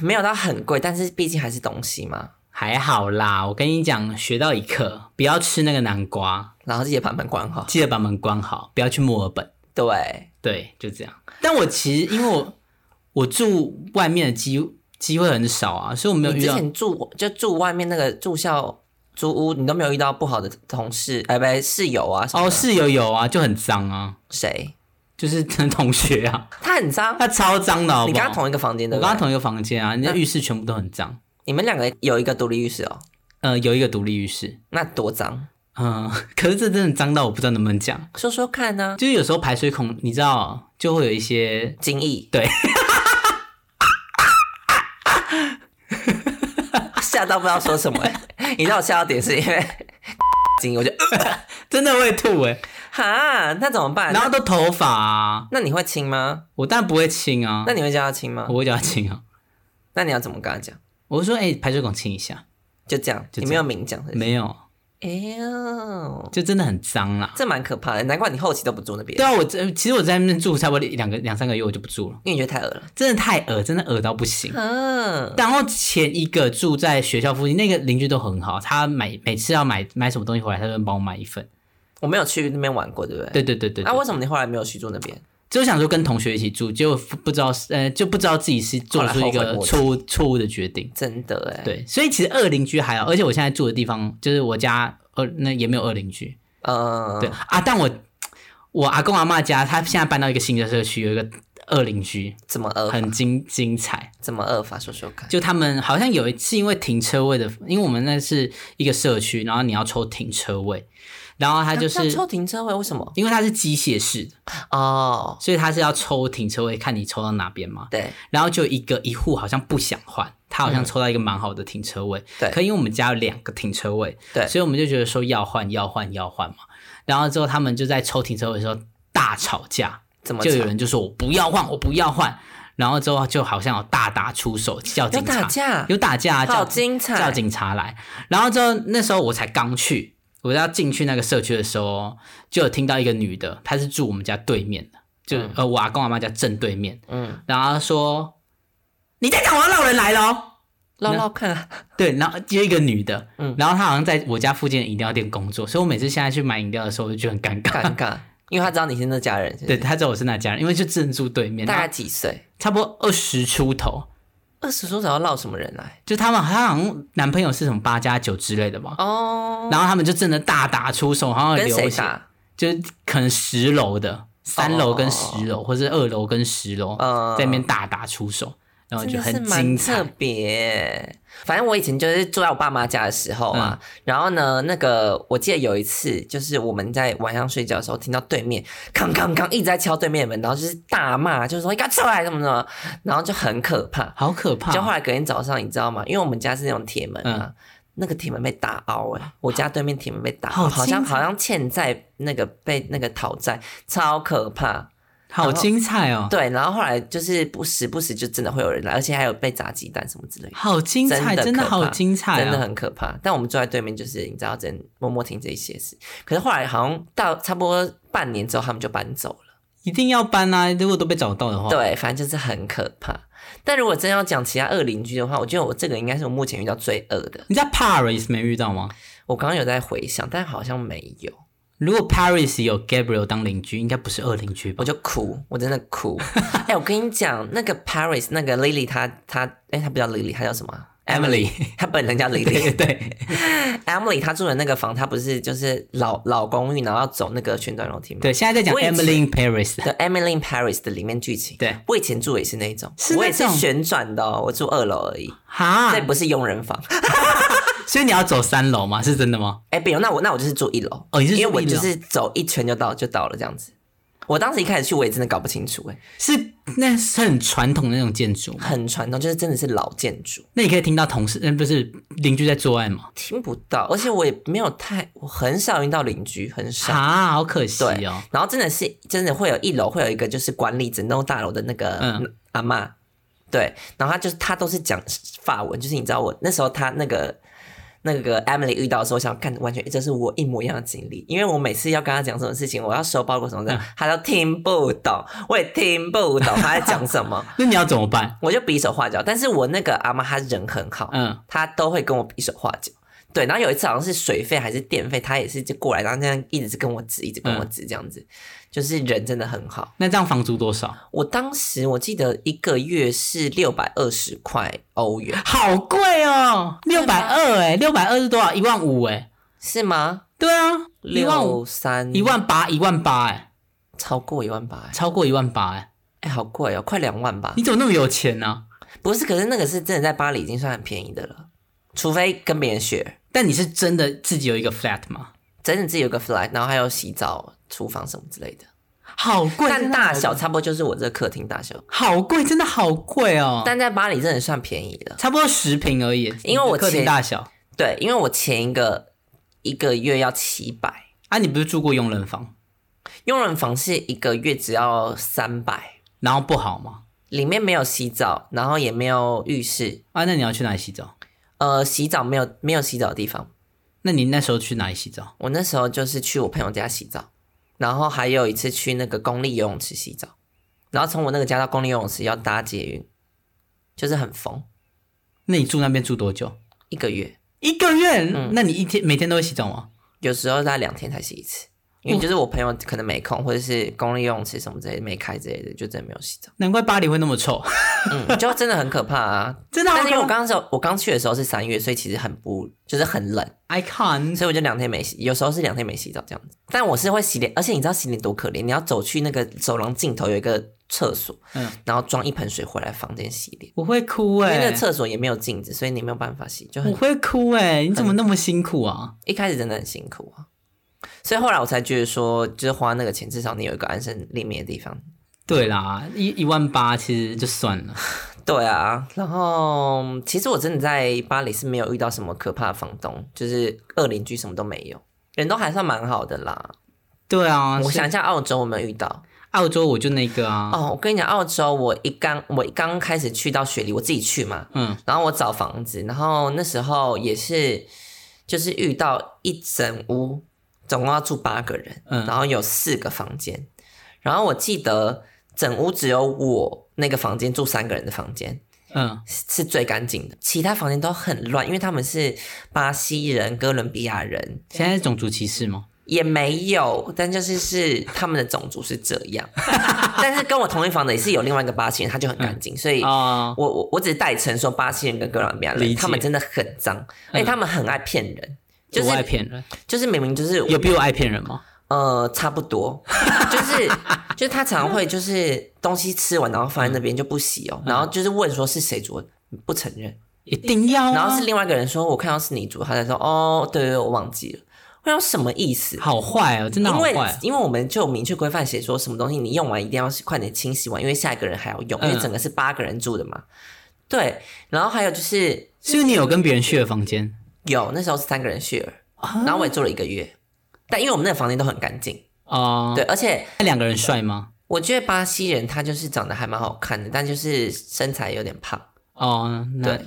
[SPEAKER 2] 没有到很贵，但是毕竟还是东西嘛。
[SPEAKER 1] 还好啦，我跟你讲，学到一课，不要吃那个南瓜，
[SPEAKER 2] 然后自己把门关好。
[SPEAKER 1] 记得把门关好，不要去墨尔本。
[SPEAKER 2] 对，
[SPEAKER 1] 对，就这样。但我其实因为我 *laughs* 我住外面的机机会很少啊，所以我没有
[SPEAKER 2] 你
[SPEAKER 1] 遇
[SPEAKER 2] 之
[SPEAKER 1] 到。
[SPEAKER 2] 前住就住外面那个住校租屋，你都没有遇到不好的同事，哎，不对室友啊什么的？
[SPEAKER 1] 哦，室友有啊，就很脏啊，
[SPEAKER 2] 谁？
[SPEAKER 1] 就是同学啊， *laughs*
[SPEAKER 2] 他很脏。
[SPEAKER 1] 他超脏的好
[SPEAKER 2] 你
[SPEAKER 1] 不
[SPEAKER 2] 跟他
[SPEAKER 1] 好？
[SPEAKER 2] 同一个嗯房间的，
[SPEAKER 1] 我跟他同一个房间啊，人家浴室全部都很脏。
[SPEAKER 2] 你们两个有一个独立浴室哦，
[SPEAKER 1] 呃，有一个独立浴室，
[SPEAKER 2] 那多脏？
[SPEAKER 1] 嗯， *laughs* 可是这真的脏到我不知道能不能讲，
[SPEAKER 2] 说说看呢、
[SPEAKER 1] 就是有时候排水孔，你知道，就会有一些
[SPEAKER 2] 精益
[SPEAKER 1] 对
[SPEAKER 2] *laughs* 吓到不知道说
[SPEAKER 1] *laughs*
[SPEAKER 2] 什么、欸。你知道我吓到点是因为 *laughs* 精益，我就呃
[SPEAKER 1] 真的会吐哎、
[SPEAKER 2] 哈，那怎么办？
[SPEAKER 1] 然后都头发啊，
[SPEAKER 2] 那你会亲吗？
[SPEAKER 1] 我当然不会亲啊
[SPEAKER 2] 那，你会叫他亲吗？
[SPEAKER 1] 我会叫他亲啊，
[SPEAKER 2] 那你要怎么跟他讲？
[SPEAKER 1] 我会说哎、排水孔亲一下，
[SPEAKER 2] 就这样，
[SPEAKER 1] 就这样
[SPEAKER 2] 你没有明讲。是不是
[SPEAKER 1] 没有，
[SPEAKER 2] 哎呦，
[SPEAKER 1] 就真的很脏啦。
[SPEAKER 2] 这蛮可怕的，难怪你后期都不住那边
[SPEAKER 1] 对，啊，我这其实我在那边住差不多两个两三个月，我就不住了，
[SPEAKER 2] 因为你觉得太恶了。
[SPEAKER 1] 真的太恶，真的恶到不行。
[SPEAKER 2] 嗯，
[SPEAKER 1] 然后前一个住在学校附近，那个邻居都很好，他每每次要买买什么东西回来，他都能帮我买一份。
[SPEAKER 2] 我没有去那边玩过，对不对？
[SPEAKER 1] 对对对对
[SPEAKER 2] 那、
[SPEAKER 1] 对，
[SPEAKER 2] 为什么你后来没有去住那边？
[SPEAKER 1] 就想说跟同学一起住，结果不知道呃就不知道自己是做出一
[SPEAKER 2] 后来后悔
[SPEAKER 1] 个
[SPEAKER 2] 莫及
[SPEAKER 1] 错误错误的决定。
[SPEAKER 2] 真的哎，，
[SPEAKER 1] 对，所以其实二邻居还好，而且我现在住的地方就是我家二那也没有二邻居。
[SPEAKER 2] 嗯，
[SPEAKER 1] 对、啊，但我我阿公阿嬷家，他现在搬到一个新的社区，有一个二邻居，
[SPEAKER 2] 怎么恶法？
[SPEAKER 1] 很精精彩。
[SPEAKER 2] 怎么恶法？说说看。
[SPEAKER 1] 就他们好像有一次因为停车位的，因为我们那是一个社区，然后你要抽停车位，然后他就
[SPEAKER 2] 啊这
[SPEAKER 1] 是
[SPEAKER 2] 样抽停车位，为什么？
[SPEAKER 1] 因为它是机械式的，
[SPEAKER 2] 哦，
[SPEAKER 1] 所以他是要抽停车位，看你抽到哪边嘛。
[SPEAKER 2] 对，
[SPEAKER 1] 然后就一个一户好像不想换，他好像抽到一个蛮好的停车位，
[SPEAKER 2] 嗯对
[SPEAKER 1] 可因为我们家有两个停车位，
[SPEAKER 2] 对
[SPEAKER 1] 所以我们就觉得说要换要换要换嘛。然后之后他们就在抽停车位的时候大吵架，
[SPEAKER 2] 怎么
[SPEAKER 1] 就有
[SPEAKER 2] 吵
[SPEAKER 1] 人就说我不要换，我不要换。然后之后就好像有大打出手，叫
[SPEAKER 2] 要
[SPEAKER 1] 警察，
[SPEAKER 2] 打架？
[SPEAKER 1] 有打架啊，叫
[SPEAKER 2] 好精彩
[SPEAKER 1] 叫警察来。然后之后那时候我才刚去，我要进去那个社区的时候，哦就有听到一个女的，她是住我们家对面的，就、
[SPEAKER 2] 嗯
[SPEAKER 1] 呃我阿公阿妈家正对面，
[SPEAKER 2] 嗯，
[SPEAKER 1] 然后她说你在讲我要闹人来了哦。
[SPEAKER 2] 唠唠
[SPEAKER 1] *laughs*
[SPEAKER 2] 看啊。
[SPEAKER 1] 对，然后就一个女的，
[SPEAKER 2] 嗯
[SPEAKER 1] 然后她好像在我家附近的饮料店工作，所以我每次现在去买饮料的时候，我就觉得很尴尬。
[SPEAKER 2] 尴尬，因为他知道你是那家人。是不
[SPEAKER 1] 对，
[SPEAKER 2] 是，
[SPEAKER 1] 她知道我是那家人，因为就正住对面，
[SPEAKER 2] 大
[SPEAKER 1] 然
[SPEAKER 2] 概
[SPEAKER 1] 后
[SPEAKER 2] 几岁？
[SPEAKER 1] 差不多二十出头。
[SPEAKER 2] 二十出头要唠什么人来？
[SPEAKER 1] 就他们，她好像男朋友是什么八加九之类的吧？
[SPEAKER 2] 哦，
[SPEAKER 1] 然后他们就真的大打出手，好像
[SPEAKER 2] 跟谁
[SPEAKER 1] 流血，
[SPEAKER 2] 打？
[SPEAKER 1] 就是可能十楼的，三楼跟十楼，或者二楼跟十楼，
[SPEAKER 2] 哦嗯
[SPEAKER 1] 在那边大打出手，然后
[SPEAKER 2] 真
[SPEAKER 1] 就
[SPEAKER 2] 的是
[SPEAKER 1] 很
[SPEAKER 2] 蛮
[SPEAKER 1] 精
[SPEAKER 2] 特
[SPEAKER 1] 彩。
[SPEAKER 2] 别。反正我以前就是住在我爸妈家的时候啊，
[SPEAKER 1] 嗯
[SPEAKER 2] 然后呢，那个我记得有一次，就是我们在晚上睡觉的时候，听到对面康康康一直在敲对面的门，然后就是大骂，就是说你给我出来怎么怎么，然后就很可怕。
[SPEAKER 1] 好可怕！
[SPEAKER 2] 就后来隔天早上，你知道吗？因为我们家是那种铁门
[SPEAKER 1] 嗯
[SPEAKER 2] 啊，那个铁门被打凹哎、我家对面铁门被打凹，
[SPEAKER 1] 好
[SPEAKER 2] 好像
[SPEAKER 1] 精彩
[SPEAKER 2] 好像欠债那个被那个讨债，超可怕。
[SPEAKER 1] 好精彩哦，
[SPEAKER 2] 对，然后后来就是不时不时就真的会有人来，而且还有被砸鸡蛋什么之类的。
[SPEAKER 1] 好精彩，
[SPEAKER 2] 真的
[SPEAKER 1] 真的
[SPEAKER 2] 可怕
[SPEAKER 1] 好精彩
[SPEAKER 2] 真的
[SPEAKER 1] 啊！
[SPEAKER 2] 很可怕，但我们坐在对面，就是你知道，真默默听这些事。可是后来好像到差不多半年之后，他们就搬走了。
[SPEAKER 1] 一定要搬啊！如果都被找到的话，
[SPEAKER 2] 对，反正就是很可怕。但如果真要讲其他恶邻居的话，我觉得我这个应该是我目前遇到最恶的。
[SPEAKER 1] 你在 Paris 没遇到吗？
[SPEAKER 2] 我刚刚有在回想，但好像没有，
[SPEAKER 1] 如果 Paris 有 Gabriel 当邻居，应该不是二邻居吧
[SPEAKER 2] 我？就哭，我真的哭。哎、我跟你讲，那个 Paris 那个 Lily，她她哎，她不叫 Lily，她叫什么啊
[SPEAKER 1] Emily
[SPEAKER 2] 她本人叫 Lily
[SPEAKER 1] 对。对，
[SPEAKER 2] Emily 她住的那个房，她不是就是老老公寓，然后要走那个旋转楼梯吗？
[SPEAKER 1] 对，现在在讲
[SPEAKER 2] 我以前
[SPEAKER 1] Emily in Paris，
[SPEAKER 2] 的 Emily in Paris 的里面剧情。
[SPEAKER 1] 对，
[SPEAKER 2] 我以前住也是那一种，
[SPEAKER 1] 是那种啊
[SPEAKER 2] 我也是旋转的、哦，我住二楼而已，
[SPEAKER 1] 哈
[SPEAKER 2] 这，不是佣
[SPEAKER 1] *laughs*
[SPEAKER 2] 人房。
[SPEAKER 1] 所以你要走三楼吗？是真的吗？
[SPEAKER 2] 哎，不用，那我那我就是住一楼，
[SPEAKER 1] 哦你是住
[SPEAKER 2] 因为我
[SPEAKER 1] 一楼
[SPEAKER 2] 就是走一圈就到就到了这样子。我当时一开始去，我也真的搞不清楚、哎，
[SPEAKER 1] 是那是很传统的那种建筑吗？
[SPEAKER 2] 很传统，就是真的是老建筑，
[SPEAKER 1] 那你可以听到同事，嗯，不是邻居在做爱吗？
[SPEAKER 2] 听不到，而且我也没有太，我很少遇到邻居，很少。
[SPEAKER 1] 啊，好可惜
[SPEAKER 2] 对
[SPEAKER 1] 哦。，
[SPEAKER 2] 然后真的是真的会有一楼会有一个就是管理整栋大楼的那个
[SPEAKER 1] 嗯
[SPEAKER 2] 阿嬷，对，然后她就是她都是讲法文，就是你知道我那时候她那个那个 Emily 遇到的时候，我想看完全这是我一模一样的经历，因为我每次要跟她讲什么事情，我要收包裹什么的，她都听不懂，我也听不懂她在讲什么， *laughs*
[SPEAKER 1] 那你要怎么办？
[SPEAKER 2] 我就比手画脚。但是我那个阿妈她人很好，
[SPEAKER 1] 嗯，
[SPEAKER 2] 她都会跟我比手画脚。对，然后有一次好像是水费还是电费，他也是就过来，然后这样一直跟我指，一直跟
[SPEAKER 1] 嗯
[SPEAKER 2] 我指这样子，就是人真的很好。
[SPEAKER 1] 那这样房租多少？
[SPEAKER 2] 我当时我记得一个月是六百二十块欧元，
[SPEAKER 1] 好贵哦，六百二哎，六百二是多少？一万五哎、
[SPEAKER 2] 是吗？
[SPEAKER 1] 对啊，一万
[SPEAKER 2] 六
[SPEAKER 1] 五、
[SPEAKER 2] 三
[SPEAKER 1] 一万八、一万八哎，
[SPEAKER 2] 超过一万八、欸，
[SPEAKER 1] 超过一万八哎，
[SPEAKER 2] 哎、好贵哦，快两万吧
[SPEAKER 1] 你？怎么那么有钱呢、啊
[SPEAKER 2] 不是，可是那个是真的在巴黎已经算很便宜的了，除非跟别人学，
[SPEAKER 1] 但你是真的自己有一个 flat 吗？
[SPEAKER 2] 真的自己有个 flat，然后还有洗澡、厨房什么之类的，
[SPEAKER 1] 好贵，
[SPEAKER 2] 但
[SPEAKER 1] 真的
[SPEAKER 2] 大
[SPEAKER 1] 好
[SPEAKER 2] 小差不多就是我这个客厅大小，
[SPEAKER 1] 好贵，真的好贵哦。
[SPEAKER 2] 但在巴黎真的算便宜了。
[SPEAKER 1] 差不多十平而已，
[SPEAKER 2] 因为我
[SPEAKER 1] 客厅
[SPEAKER 2] 前
[SPEAKER 1] 大小
[SPEAKER 2] 对，因为我前一个一个月要七百，
[SPEAKER 1] 啊，你不是住过佣人房，
[SPEAKER 2] 佣人房是一个月只要三百，
[SPEAKER 1] 然后不好吗？
[SPEAKER 2] 里面没有洗澡，然后也没有浴室，
[SPEAKER 1] 啊，那你要去哪里洗澡？
[SPEAKER 2] 呃，洗澡没有没有洗澡的地方。
[SPEAKER 1] 那你那时候去哪里洗澡？
[SPEAKER 2] 我那时候就是去我朋友家洗澡，然后还有一次去那个公立游泳池洗澡，然后从我那个家到公立游泳池要搭捷运，就是很疯，
[SPEAKER 1] 那你住那边住多久？
[SPEAKER 2] 一个月
[SPEAKER 1] 一个月？
[SPEAKER 2] 嗯
[SPEAKER 1] 那你一天每天都会洗澡吗？
[SPEAKER 2] 有时候大概两天才洗一次，因为就是我朋友可能没空，或者是公立游泳池什么之类的没开之类的，就真的没有洗澡，
[SPEAKER 1] 难怪巴黎会那么臭， *laughs*
[SPEAKER 2] 嗯，就真的很可怕啊。
[SPEAKER 1] 真的好
[SPEAKER 2] 但是因为
[SPEAKER 1] 可
[SPEAKER 2] 我
[SPEAKER 1] 怕。
[SPEAKER 2] 刚时候我刚去的时候是三月，所以其实很不就是很冷，
[SPEAKER 1] I can't，
[SPEAKER 2] 所以我就两天没洗，有时候是两天没洗澡这样子。但我是会洗脸，而且你知道洗脸多可怜，你要走去那个走廊尽头有一个厕所，
[SPEAKER 1] 嗯
[SPEAKER 2] 然后装一盆水回来房间洗脸，
[SPEAKER 1] 我会哭
[SPEAKER 2] 因为那
[SPEAKER 1] 哎、
[SPEAKER 2] 个厕所也没有镜子，所以你没有办法洗，就
[SPEAKER 1] 我
[SPEAKER 2] 很
[SPEAKER 1] 会哭哎、你怎么那么辛苦啊？
[SPEAKER 2] 一开始真的很辛苦啊。所以后来我才觉得说，就是花那个钱，至少你有一个安身立命的地方。
[SPEAKER 1] 对啦，一一万八其实就算了，
[SPEAKER 2] 对啊，然后其实我真的在巴黎是没有遇到什么可怕的房东，就是恶邻居什么都没有，人都还算蛮好的啦。
[SPEAKER 1] 对啊，
[SPEAKER 2] 我
[SPEAKER 1] 是
[SPEAKER 2] 想一下，澳洲我没有遇到
[SPEAKER 1] 澳洲我就那个啊，
[SPEAKER 2] 哦。我跟你讲，澳洲我一刚我一刚开始去到雪梨，我自己去嘛，
[SPEAKER 1] 嗯，
[SPEAKER 2] 然后我找房子，然后那时候也是就是遇到一整屋，总共要住八个人，
[SPEAKER 1] 嗯
[SPEAKER 2] 然后有四个房间，然后我记得整屋只有我那个房间住三个人的房间，
[SPEAKER 1] 嗯，
[SPEAKER 2] 是最干净的，其他房间都很乱，因为他们是巴西人、哥伦比亚人，
[SPEAKER 1] 现在是种族歧视吗？
[SPEAKER 2] 也没有，但就是是他们的种族是这样。 *laughs* 但是跟我同一房的也是有另外一个巴西人，他就很干净，所以我
[SPEAKER 1] 啊、
[SPEAKER 2] 我我只是代称说巴西人跟哥伦比亚
[SPEAKER 1] 理
[SPEAKER 2] 人，
[SPEAKER 1] 解嗯
[SPEAKER 2] 他们真的很脏，而且他们很爱骗人，就
[SPEAKER 1] 我爱
[SPEAKER 2] 是
[SPEAKER 1] 骗人，
[SPEAKER 2] 就是明明就是
[SPEAKER 1] 有比我爱骗人吗？
[SPEAKER 2] 呃，差不多， *laughs* 就是就是他常会就是东西吃完然后放在那边就不洗
[SPEAKER 1] 嗯
[SPEAKER 2] 哦，然后就是问说是谁煮的，不承认。
[SPEAKER 1] 一定要、啊，
[SPEAKER 2] 然后是另外一个人说，我看到是你煮，他才说，哦，对对，对我忘记了。我想什么意思？
[SPEAKER 1] 好坏哦，真的
[SPEAKER 2] 因
[SPEAKER 1] 好
[SPEAKER 2] 为
[SPEAKER 1] 坏、哦。
[SPEAKER 2] 因为我们就有明确规范写说什么东西你用完一定要是快点清洗完，因为下一个人还要用，因为
[SPEAKER 1] 嗯
[SPEAKER 2] 整个是八个人住的嘛。对，然后还有就是
[SPEAKER 1] 是因为你有跟别人去的房间
[SPEAKER 2] 有那时候是三个人 share，然
[SPEAKER 1] 啊
[SPEAKER 2] 后我也住了一个月，但因为我们那个房间都很干净，
[SPEAKER 1] 哦？
[SPEAKER 2] 对，，而且
[SPEAKER 1] 那两个人帅吗？
[SPEAKER 2] 我觉得巴西人他就是长得还蛮好看的，但就是身材有点胖，
[SPEAKER 1] 哦，那
[SPEAKER 2] 对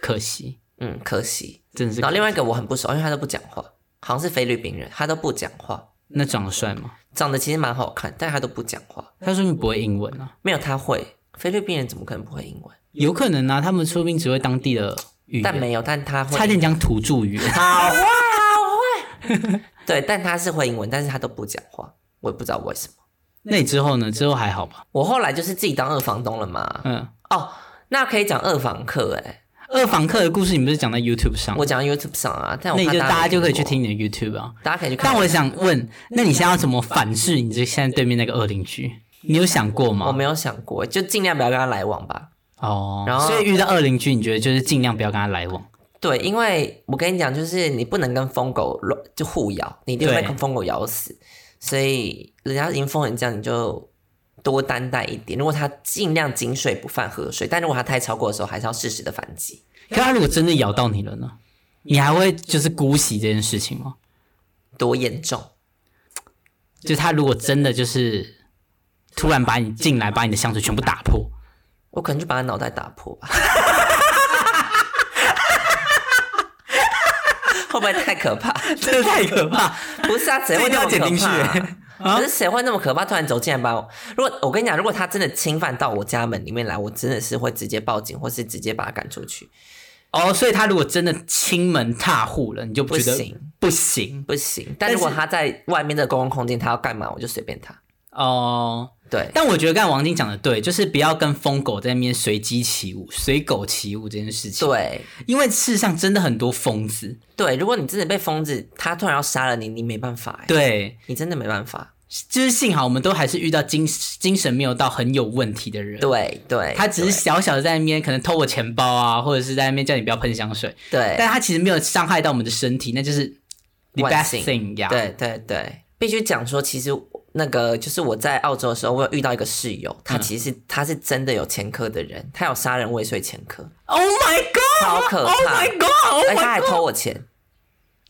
[SPEAKER 1] 可惜，
[SPEAKER 2] 嗯，可惜。
[SPEAKER 1] 真的是可
[SPEAKER 2] 然后另外一个我很不熟，因为他都不讲话，好像是菲律宾人，他都不讲话。
[SPEAKER 1] 那长得帅吗？
[SPEAKER 2] 长得其实蛮好看，但他都不讲话。
[SPEAKER 1] 他说你不会英文啊？
[SPEAKER 2] 没有他会，菲律宾人怎么可能不会英文？
[SPEAKER 1] 有可能啊，他们说不定只会当地的语
[SPEAKER 2] 但
[SPEAKER 1] 言，
[SPEAKER 2] 没有，但他会。
[SPEAKER 1] 差点讲土著语言。
[SPEAKER 2] 好会，好会。对，但他是会英文，但是他都不讲话，我也不知道为什么。
[SPEAKER 1] *laughs* 那你之后呢？之后还好吧？
[SPEAKER 2] 我后来就是自己当二房东了嘛。
[SPEAKER 1] 嗯，
[SPEAKER 2] 哦，那可以讲二房客哎、
[SPEAKER 1] 二房客的故事你不是讲在 YouTube 上？
[SPEAKER 2] 我讲 YouTube 上啊，但我
[SPEAKER 1] 那你
[SPEAKER 2] 怕
[SPEAKER 1] 就大家
[SPEAKER 2] 没
[SPEAKER 1] 就可以去
[SPEAKER 2] 过，
[SPEAKER 1] 听你的 YouTube 啊。
[SPEAKER 2] 大家可以去看。
[SPEAKER 1] 但我想问，那你现在要怎么反制你这现在对面那个恶邻居？你有想过
[SPEAKER 2] 我
[SPEAKER 1] 吗？
[SPEAKER 2] 没有想过，就尽量不要跟他来往吧。
[SPEAKER 1] 哦，
[SPEAKER 2] 然后
[SPEAKER 1] 所以遇到恶邻居，你觉得就是尽量不要跟他来往。
[SPEAKER 2] 对，因为我跟你讲，就是你不能跟疯狗乱就互咬，你一定会
[SPEAKER 1] 对
[SPEAKER 2] 被疯狗咬死。所以人家已经疯成这样，你就多担待一点。如果他尽量井水不犯河水，但如果他太超过的时候，还是要适时的反击。
[SPEAKER 1] 可他如果真的咬到你了呢？你还会就是姑息这件事情吗？
[SPEAKER 2] 多严重？
[SPEAKER 1] 就他如果真的就是突然把你进来，把你的香水全部打破，
[SPEAKER 2] 我可能就把他脑袋打破吧。 *laughs* 会不会太可怕？
[SPEAKER 1] 真的太可怕！
[SPEAKER 2] 不是啊，谁会那么
[SPEAKER 1] 这一定要剪进去
[SPEAKER 2] 可怕啊？可是谁会那么可怕？突然走进来把我，如果我跟你讲，如果他真的侵犯到我家门里面来，我真的是会直接报警，或是直接把他赶出去。
[SPEAKER 1] 哦，所以他如果真的亲门踏户了，你就
[SPEAKER 2] 不
[SPEAKER 1] 觉得
[SPEAKER 2] 行
[SPEAKER 1] 不行
[SPEAKER 2] 不行。
[SPEAKER 1] 但
[SPEAKER 2] 但如果
[SPEAKER 1] 是
[SPEAKER 2] 他在外面的公共空间，他要干嘛，我就随便他。
[SPEAKER 1] 哦。
[SPEAKER 2] 对，
[SPEAKER 1] 但我觉得刚才王晶讲的对，就是不要跟疯狗在那边随机起舞、随狗起舞这件事情。，
[SPEAKER 2] 对，
[SPEAKER 1] 因为世上真的很多疯子。
[SPEAKER 2] 对。如果你真的被疯子，他突然要杀了你，你没办法、欸，
[SPEAKER 1] 对，
[SPEAKER 2] 你真的没办法。
[SPEAKER 1] 就是幸好我们都还是遇到精精神没有到很有问题的人。。
[SPEAKER 2] 对对，
[SPEAKER 1] 他只是小小的在那边可能偷我钱包啊，或者是在那边叫你不要喷香水，
[SPEAKER 2] 对
[SPEAKER 1] 但他其实没有伤害到我们的身体，那就是 the
[SPEAKER 2] 万
[SPEAKER 1] best
[SPEAKER 2] 幸
[SPEAKER 1] thing 呀。
[SPEAKER 2] 对对对，必须讲说，其实那个就是我在澳洲的时候，我有遇到一个室友，
[SPEAKER 1] 嗯
[SPEAKER 2] 他其实是、他是真的有前科的人，他有杀人未遂前科，
[SPEAKER 1] ，Oh my
[SPEAKER 2] 超可
[SPEAKER 1] god，Oh
[SPEAKER 2] 怕
[SPEAKER 1] my god，Oh
[SPEAKER 2] 而且他
[SPEAKER 1] Oh my
[SPEAKER 2] 还
[SPEAKER 1] god，
[SPEAKER 2] 偷我钱。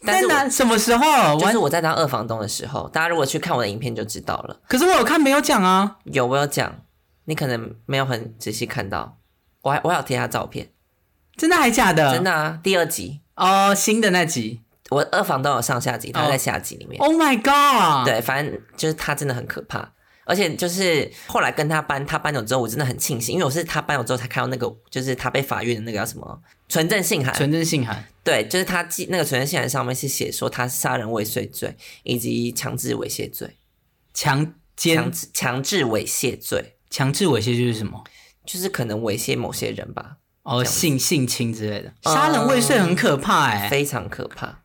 [SPEAKER 2] 但
[SPEAKER 1] 在
[SPEAKER 2] 是我
[SPEAKER 1] 哪？什么时候？
[SPEAKER 2] 就是
[SPEAKER 1] 完，
[SPEAKER 2] 我在当二房东的时候，大家如果去看我的影片就知道了。
[SPEAKER 1] 可是我有看没有讲啊。
[SPEAKER 2] 有我有讲，你可能没有很仔细看到，我还我还有贴他照片，
[SPEAKER 1] 真的还假的？
[SPEAKER 2] 真的啊，第二集。
[SPEAKER 1] 哦新的那集。
[SPEAKER 2] 我二房都有上下集，他
[SPEAKER 1] 哦
[SPEAKER 2] 在下集里面。
[SPEAKER 1] Oh my god！，
[SPEAKER 2] 对，反正就是他真的很可怕，而且就是后来跟他搬，他搬走之后，我真的很庆幸，因为我是他搬走之后才看到那个，就是他被法院的那个叫什么纯正信函，
[SPEAKER 1] 纯真信函。
[SPEAKER 2] 对，就是他记那个纯正信函上面是写说他是杀人未遂罪以及强制猥亵罪，
[SPEAKER 1] 强
[SPEAKER 2] 强
[SPEAKER 1] 奸、
[SPEAKER 2] 制强制猥亵罪，
[SPEAKER 1] 强制猥亵就是什么？
[SPEAKER 2] 就是可能猥亵某些人吧，
[SPEAKER 1] 哦，
[SPEAKER 2] 这样子
[SPEAKER 1] 性性侵之类的，
[SPEAKER 2] 呃
[SPEAKER 1] 杀人未遂很可怕哎、
[SPEAKER 2] 非常可怕。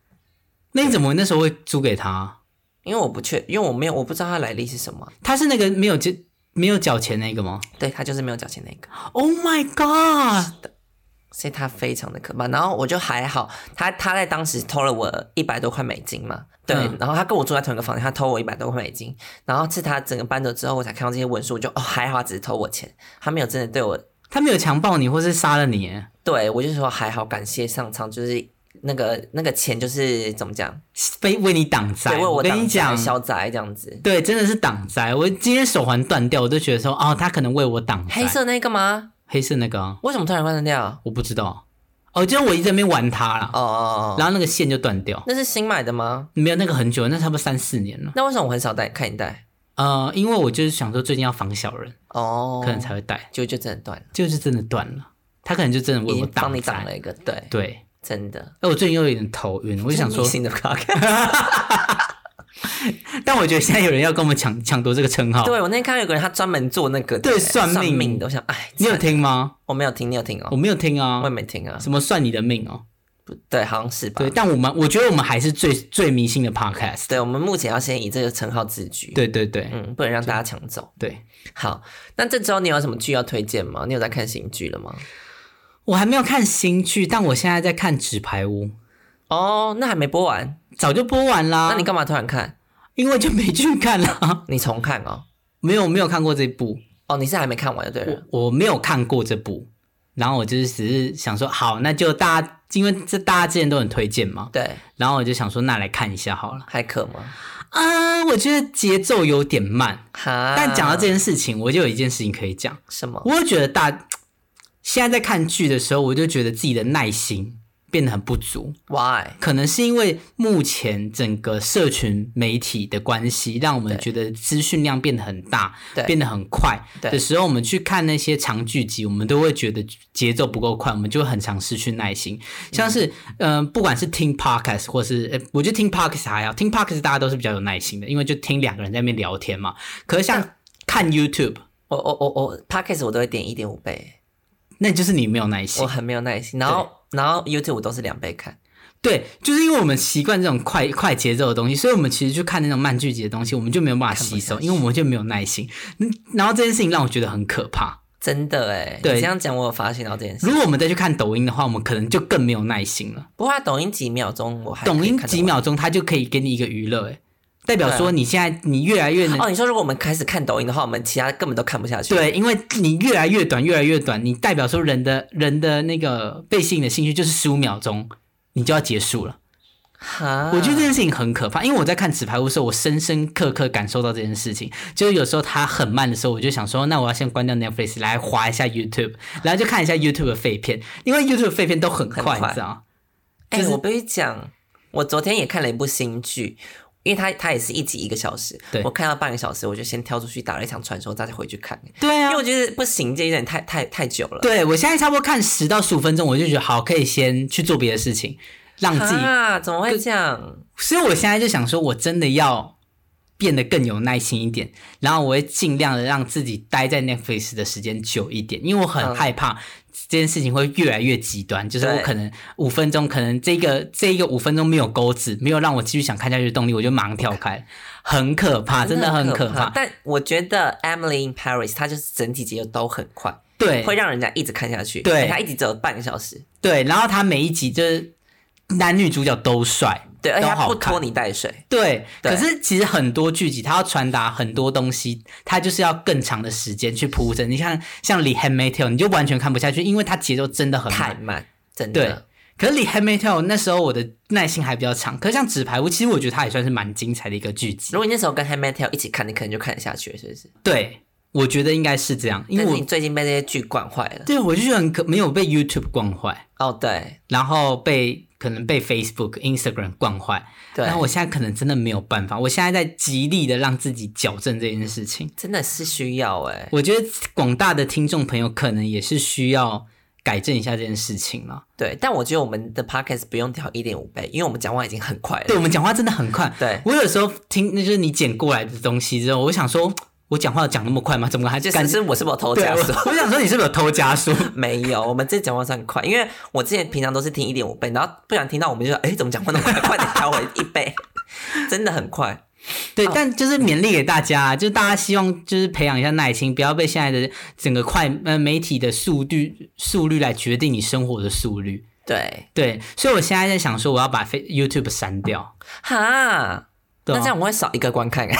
[SPEAKER 1] 那你怎么那时候会租给他？
[SPEAKER 2] 因为我不确，因为我没有，我不知道他来历是什么。
[SPEAKER 1] 他是那个没有交没有缴钱那个吗
[SPEAKER 2] 对他就是没有缴钱那个，
[SPEAKER 1] ？Oh my god！
[SPEAKER 2] 所以他非常的可怕。然后我就还好，他他在当时偷了我一百多块美金嘛，对。
[SPEAKER 1] 嗯
[SPEAKER 2] 然后他跟我住在同一个房间，他偷我一百多块美金。然后是他整个搬走之后，我才看到这些文书，我就哦还好，他只是偷我钱，他没有真的对我。
[SPEAKER 1] 他没有强暴你或是杀了你欸，
[SPEAKER 2] 对我就说还好，感谢上苍，就是那个那个钱就是怎么讲，
[SPEAKER 1] 非为你挡灾。
[SPEAKER 2] 对，为我
[SPEAKER 1] 跟
[SPEAKER 2] 挡
[SPEAKER 1] 你
[SPEAKER 2] 灾
[SPEAKER 1] 讲，
[SPEAKER 2] 消灾这样子。
[SPEAKER 1] 对，真的是挡灾。我今天手环断掉，我都觉得说，哦，他可能为我挡灾。
[SPEAKER 2] 黑色那个吗？
[SPEAKER 1] 黑色那个啊、
[SPEAKER 2] 为什么突然关掉？
[SPEAKER 1] 我不知道。哦，就是我一直在那边玩它啦，
[SPEAKER 2] 哦哦哦，
[SPEAKER 1] 然后那个线就断掉。
[SPEAKER 2] 那是新买的吗？
[SPEAKER 1] 没有那个很久，那差不多三四年了。
[SPEAKER 2] 那为什么我很少带看你戴？
[SPEAKER 1] 呃，因为我就是想说最近要防小人，
[SPEAKER 2] 哦，
[SPEAKER 1] 可能才会戴，
[SPEAKER 2] 就就真的断了，
[SPEAKER 1] 就是真的断了，他可能就真的
[SPEAKER 2] 已
[SPEAKER 1] 为我
[SPEAKER 2] 经帮你挡
[SPEAKER 1] 灾。
[SPEAKER 2] 了一个，对，
[SPEAKER 1] 对，
[SPEAKER 2] 真的。
[SPEAKER 1] 哎，我最近又有点头晕，我就想说，
[SPEAKER 2] 新的 cock。
[SPEAKER 1] 但我觉得现在有人要跟我们抢 *laughs* 抢夺这个称号，
[SPEAKER 2] 对我那天看到有个人，他专门做那个
[SPEAKER 1] 对算命
[SPEAKER 2] 命的，我想，哎，
[SPEAKER 1] 你有
[SPEAKER 2] 惨
[SPEAKER 1] 听吗？
[SPEAKER 2] 我没有听，你有听哦
[SPEAKER 1] 我？没有听啊
[SPEAKER 2] 我也，没啊听啊。
[SPEAKER 1] 什么算你的命哦？
[SPEAKER 2] 不对，好像是吧？
[SPEAKER 1] 对，但我们我觉得我们还是最最迷信的 podcast。
[SPEAKER 2] 对，我们目前要先以这个称号自居。，
[SPEAKER 1] 对对对
[SPEAKER 2] 嗯，不能让大家抢走。
[SPEAKER 1] 对，
[SPEAKER 2] 好，那这周你有什么剧要推荐吗？你有在看新剧了吗？
[SPEAKER 1] 我还没有看新剧，但我现在在看《纸牌屋》，
[SPEAKER 2] 哦，那还没播完，
[SPEAKER 1] 早就播完啦。
[SPEAKER 2] 那你干嘛突然看？
[SPEAKER 1] 因为就没去看啦，
[SPEAKER 2] 你重看哦？
[SPEAKER 1] *laughs* 没有没有看过这部。
[SPEAKER 2] 哦，你是还没看完就对啊了。
[SPEAKER 1] 我我没有看过这部，然后我就是只是想说，好，那就大家因为这大家之前都很推荐嘛，
[SPEAKER 2] 对，
[SPEAKER 1] 然后我就想说，那来看一下好了。
[SPEAKER 2] 还可吗？
[SPEAKER 1] 啊，我觉得节奏有点慢，
[SPEAKER 2] 哈，
[SPEAKER 1] 但讲到这件事情，我就有一件事情可以讲，
[SPEAKER 2] 什么？
[SPEAKER 1] 我会觉得大现在在看剧的时候，我就觉得自己的耐心变得很不足。
[SPEAKER 2] Why？
[SPEAKER 1] 可能是因为目前整个社群媒体的关系，让我们
[SPEAKER 2] 对
[SPEAKER 1] 觉得资讯量变得很大，
[SPEAKER 2] 对
[SPEAKER 1] 变得很快
[SPEAKER 2] 对
[SPEAKER 1] 的时候，我们去看那些长剧集，我们都会觉得节奏不够快，我们就会很常失去耐心。像是，嗯、不管是听 podcast 或是，呃我觉得听 podcast 还好，听 podcast 大家都是比较有耐心的，因为就听两个人在那边聊天嘛。可是像看 YouTube，
[SPEAKER 2] 我我我我 p o d c a s t 我都会点一点五倍。
[SPEAKER 1] 那就是你没有耐
[SPEAKER 2] 我
[SPEAKER 1] 心。
[SPEAKER 2] 很没有耐心。然后然后 YouTube 我都是两倍看，
[SPEAKER 1] 对，就是因为我们习惯这种快快节奏的东西，所以我们其实去看那种慢剧集的东西，我们就没有办法吸收，因为我们就没有耐心。嗯然后这件事情让我觉得很可怕。
[SPEAKER 2] 真的哎。
[SPEAKER 1] 对
[SPEAKER 2] 你这样讲我有发现到这件事
[SPEAKER 1] 如。果我们再去看抖音的话，我们可能就更没有耐心了。
[SPEAKER 2] 不过它抖音几秒钟我还可以
[SPEAKER 1] 抖音
[SPEAKER 2] 看得
[SPEAKER 1] 几
[SPEAKER 2] 完。
[SPEAKER 1] 秒钟，它就可以给你一个娱乐，哎，代表
[SPEAKER 2] 对啊
[SPEAKER 1] 说你现在你越来越能。
[SPEAKER 2] 哦，你说如果我们开始看抖音的话，我们其他根本都看不下去。
[SPEAKER 1] 对，因为你越来越短，越来越短，你代表说人的人的那个被吸引的兴趣就是十五秒钟，你就要结束了。
[SPEAKER 2] 哈，
[SPEAKER 1] 我觉得这件事情很可怕，因为我在看《纸牌屋》的时候，我深深刻刻感受到这件事情。就是有时候它很慢的时候，我就想说，那我要先关掉 Netflix，来划一下 YouTube，然后就看一下 YouTube 的废片，因为 YouTube 的废片都很快，
[SPEAKER 2] 很快
[SPEAKER 1] 你知道吗？
[SPEAKER 2] 哎、
[SPEAKER 1] 就是
[SPEAKER 2] 我必须讲，我昨天也看了一部新剧，因为它它也是一集一个小时
[SPEAKER 1] 对，
[SPEAKER 2] 我看到半个小时，我就先跳出去打了一场传说，再回去看。
[SPEAKER 1] 对
[SPEAKER 2] 因
[SPEAKER 1] 啊
[SPEAKER 2] 为，我觉得不行，这有点太太太久了。
[SPEAKER 1] 对我现在差不多看十到十五分钟，我就觉得好，可以先去做别的事情，让自己。
[SPEAKER 2] 啊，怎么会这样？
[SPEAKER 1] 所以我现在就想说，我真的要变得更有耐心一点，然后我会尽量的让自己待在 Netflix 的时间久一点，因为我很
[SPEAKER 2] 嗯
[SPEAKER 1] 害怕这件事情会越来越极端，就是我
[SPEAKER 2] 对
[SPEAKER 1] 可能五分钟，可能这个这一个五分钟没有钩子，没有让我继续想看下去的动力，我就马上跳开，很可怕，啊真的很可怕。
[SPEAKER 2] 但我觉得《Emily in Paris》它就是整体节奏都很快，
[SPEAKER 1] 对
[SPEAKER 2] 会让人家一直看下去。
[SPEAKER 1] 对
[SPEAKER 2] 而且它一直只有半个小时。
[SPEAKER 1] 对，然后他每一集就是男女主角都帅，
[SPEAKER 2] 对，而且
[SPEAKER 1] 都
[SPEAKER 2] 它
[SPEAKER 1] 好
[SPEAKER 2] 不
[SPEAKER 1] 看
[SPEAKER 2] 拖。泥带水。
[SPEAKER 1] 对，
[SPEAKER 2] 对
[SPEAKER 1] 可是其实很多剧集，它要传达很多东西，它就是要更长的时间去铺陈。你看，像《李 h 梅特》，你就完全看不下去，因为它节奏真的很
[SPEAKER 2] 太
[SPEAKER 1] 慢。
[SPEAKER 2] 慢，真
[SPEAKER 1] 对
[SPEAKER 2] 的。，
[SPEAKER 1] 可是《李 h 梅特》那时候我的耐心还比较长，可是像《纸牌屋》，其实我觉得它也算是蛮精彩的一个剧集
[SPEAKER 2] 如。果你那时候跟《h a m e t e l 一起看，你可能就看得下去了，是不是？
[SPEAKER 1] 对，我觉得应该是这样，因为
[SPEAKER 2] 但是
[SPEAKER 1] 我
[SPEAKER 2] 你最近被这些剧惯坏了。
[SPEAKER 1] 对我就觉得很可没有被 YouTube 惯坏，
[SPEAKER 2] 哦，对
[SPEAKER 1] 然后被可能被 Facebook、Instagram 惯坏，
[SPEAKER 2] 对
[SPEAKER 1] 然，后我现在可能真的没有办法，我现在在极力的让自己矫正这件事情。
[SPEAKER 2] 真的是需要哎。
[SPEAKER 1] 我觉得广大的听众朋友可能也是需要改正一下这件事情了。
[SPEAKER 2] 对，但我觉得我们的 podcast 不用调一点五倍，因为我们讲话已经很快
[SPEAKER 1] 对
[SPEAKER 2] 了。
[SPEAKER 1] 我们讲话真的很快，
[SPEAKER 2] 对，
[SPEAKER 1] 我有时候听那就是你剪过来的东西之后，我想说我讲话讲那么快吗？怎么还
[SPEAKER 2] 就
[SPEAKER 1] 感
[SPEAKER 2] 是
[SPEAKER 1] 觉？
[SPEAKER 2] 是我是不是有偷
[SPEAKER 1] 对，
[SPEAKER 2] 加
[SPEAKER 1] 我
[SPEAKER 2] 速？
[SPEAKER 1] 我想说你是不是有偷加
[SPEAKER 2] *laughs*
[SPEAKER 1] 速？
[SPEAKER 2] 没有，我们这讲话算快，因为我之前平常都是听一点五倍，然后不想听到我们就说，哎、怎么讲话那么快，快点调回一倍， *laughs* 真的很快。
[SPEAKER 1] 对，
[SPEAKER 2] 哦
[SPEAKER 1] 但就是勉励给大家，就大家希望就是培养一下耐心，不要被现在的整个快呃媒体的速率速率来决定你生活的速率。
[SPEAKER 2] 对，
[SPEAKER 1] 对，所以我现在在想说，我要把 Fa- YouTube 删掉。
[SPEAKER 2] 哈，
[SPEAKER 1] 对
[SPEAKER 2] 那
[SPEAKER 1] 啊
[SPEAKER 2] 这样我会少一个观看，啊 *laughs*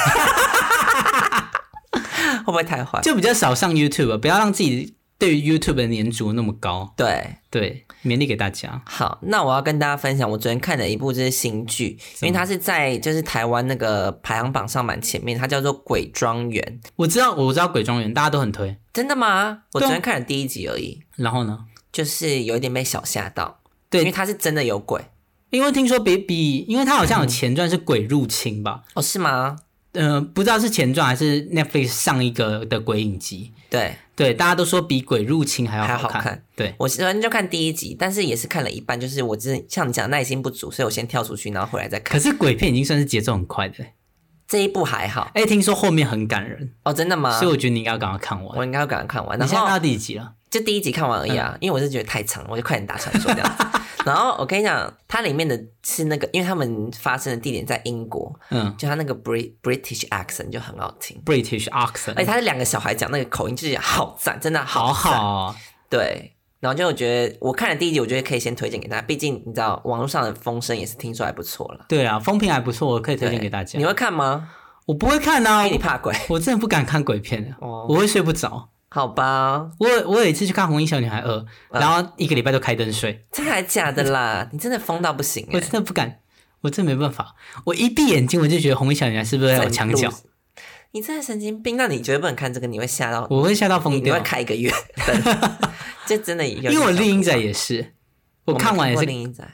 [SPEAKER 2] 会不会太坏？
[SPEAKER 1] 就比较少上 YouTube，不要让自己对于 YouTube 的粘着那么高。
[SPEAKER 2] 对，
[SPEAKER 1] 对，勉励给大家。
[SPEAKER 2] 好，那我要跟大家分享，我昨天看的一部就是新剧，因为它是在就是台湾那个排行榜上蛮前面，它叫做《鬼庄园》。
[SPEAKER 1] 我知道，我知道《鬼庄园》大家都很推。
[SPEAKER 2] 真的吗？我
[SPEAKER 1] 对啊
[SPEAKER 2] 昨天看了第一集而已，
[SPEAKER 1] 然后呢？
[SPEAKER 2] 就是有一点被小吓到，因为
[SPEAKER 1] 对，
[SPEAKER 2] 它是真的有鬼
[SPEAKER 1] 因为听说比比，因为它好
[SPEAKER 2] 嗯
[SPEAKER 1] 像有前传是鬼入侵吧？
[SPEAKER 2] 哦，是吗？
[SPEAKER 1] 嗯、呃，不知道是前传还是 Netflix 上一个的鬼影集。
[SPEAKER 2] 对，
[SPEAKER 1] 对，大家都说比鬼入侵还要
[SPEAKER 2] 还好
[SPEAKER 1] 好看。
[SPEAKER 2] 看
[SPEAKER 1] 对，
[SPEAKER 2] 我昨天就看第一集，但是也是看了一半，就是我真的像你讲耐心不足，所以我先跳出去，然后回来再看。
[SPEAKER 1] 可是鬼片已经算是节奏很快的。
[SPEAKER 2] 这一部还好
[SPEAKER 1] 哎，听说后面很感人，
[SPEAKER 2] 哦，真的吗？
[SPEAKER 1] 所以我觉得你应该要赶快看
[SPEAKER 2] 我
[SPEAKER 1] 完。
[SPEAKER 2] 应该要赶快看完，
[SPEAKER 1] 你嗯
[SPEAKER 2] 然
[SPEAKER 1] 现在看到
[SPEAKER 2] 后
[SPEAKER 1] 第几集了？
[SPEAKER 2] 就第一集看完而已啊，因为我是觉得太长，我就快点打传说这样子。然后我跟你讲，它里面的是那个，因为他们发生的地点在英国，
[SPEAKER 1] 嗯
[SPEAKER 2] 就他那个 Brit British accent 就很好听，
[SPEAKER 1] ，British
[SPEAKER 2] 而且
[SPEAKER 1] accent，
[SPEAKER 2] 他是两个小孩讲那个口音，就是好赞，真的
[SPEAKER 1] 好
[SPEAKER 2] 好
[SPEAKER 1] 好
[SPEAKER 2] 赞
[SPEAKER 1] 哦、
[SPEAKER 2] 对，然后就我觉得我看了第一集，我觉得可以先推荐给大家，毕竟你知道网络上的风声也是听说还不错了。
[SPEAKER 1] 对啊，风评还不错，我可以推荐给大家
[SPEAKER 2] 你。会看吗？
[SPEAKER 1] 我不会看啊，
[SPEAKER 2] 因为你
[SPEAKER 1] 我
[SPEAKER 2] 怕鬼。
[SPEAKER 1] 我真的不敢看鬼片的，
[SPEAKER 2] 哦，
[SPEAKER 1] 我会睡不着。
[SPEAKER 2] 好吧，
[SPEAKER 1] 我我有一次去看《红衣小女孩二》，
[SPEAKER 2] 嗯
[SPEAKER 1] 然后一个礼拜都开灯睡，
[SPEAKER 2] 真的还假的啦？
[SPEAKER 1] *laughs*
[SPEAKER 2] 你真的疯到不行
[SPEAKER 1] 我
[SPEAKER 2] 哎、
[SPEAKER 1] 真的不敢，我真没办法。我一闭眼睛我就觉得红衣小女孩是不是啊在我墙角，
[SPEAKER 2] 你真的神经病！那你绝对不能看这个，你会吓到，
[SPEAKER 1] 我会吓到疯
[SPEAKER 2] 你你会
[SPEAKER 1] 掉。
[SPEAKER 2] 开一个月。
[SPEAKER 1] *laughs*
[SPEAKER 2] 这真的有，
[SPEAKER 1] 因为我《猎鹰仔》也是，我看完也是《
[SPEAKER 2] 另一仔，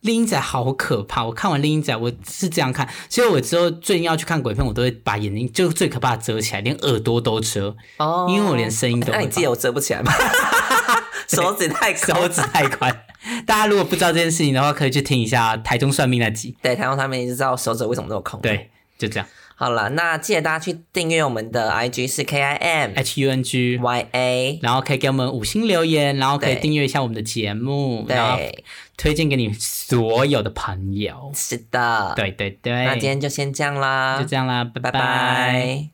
[SPEAKER 1] 猎鹰仔》好可怕。我看完《猎鹰仔》，我是这样看，所以我之后最近要去看鬼片，我都会把眼睛就最可怕的遮起来，连耳朵都遮，
[SPEAKER 2] 哦，
[SPEAKER 1] 因为我连声音都
[SPEAKER 2] 那
[SPEAKER 1] 会
[SPEAKER 2] 你
[SPEAKER 1] 怕
[SPEAKER 2] 记。得我折不起来吗？
[SPEAKER 1] *laughs*
[SPEAKER 2] 手指太
[SPEAKER 1] 手
[SPEAKER 2] 抠。
[SPEAKER 1] 指太宽。大家如果不知道这件事情的话，可以去听一下台中算命那集。
[SPEAKER 2] 对，台湾他们也知道手指为什么那么空。，
[SPEAKER 1] 对，就这样。
[SPEAKER 2] 好了，那记得大家去订阅我们的 IG 是 K I M
[SPEAKER 1] H U N G，
[SPEAKER 2] Y A。
[SPEAKER 1] 然后可以给我们五星留言，然后可以
[SPEAKER 2] 对
[SPEAKER 1] 订阅一下我们的节目，然后
[SPEAKER 2] 对，
[SPEAKER 1] 推荐给你所有的朋友。
[SPEAKER 2] 是的。
[SPEAKER 1] 对对对，
[SPEAKER 2] 哎那今天就先这样啦
[SPEAKER 1] 就，这样啦，拜
[SPEAKER 2] 拜拜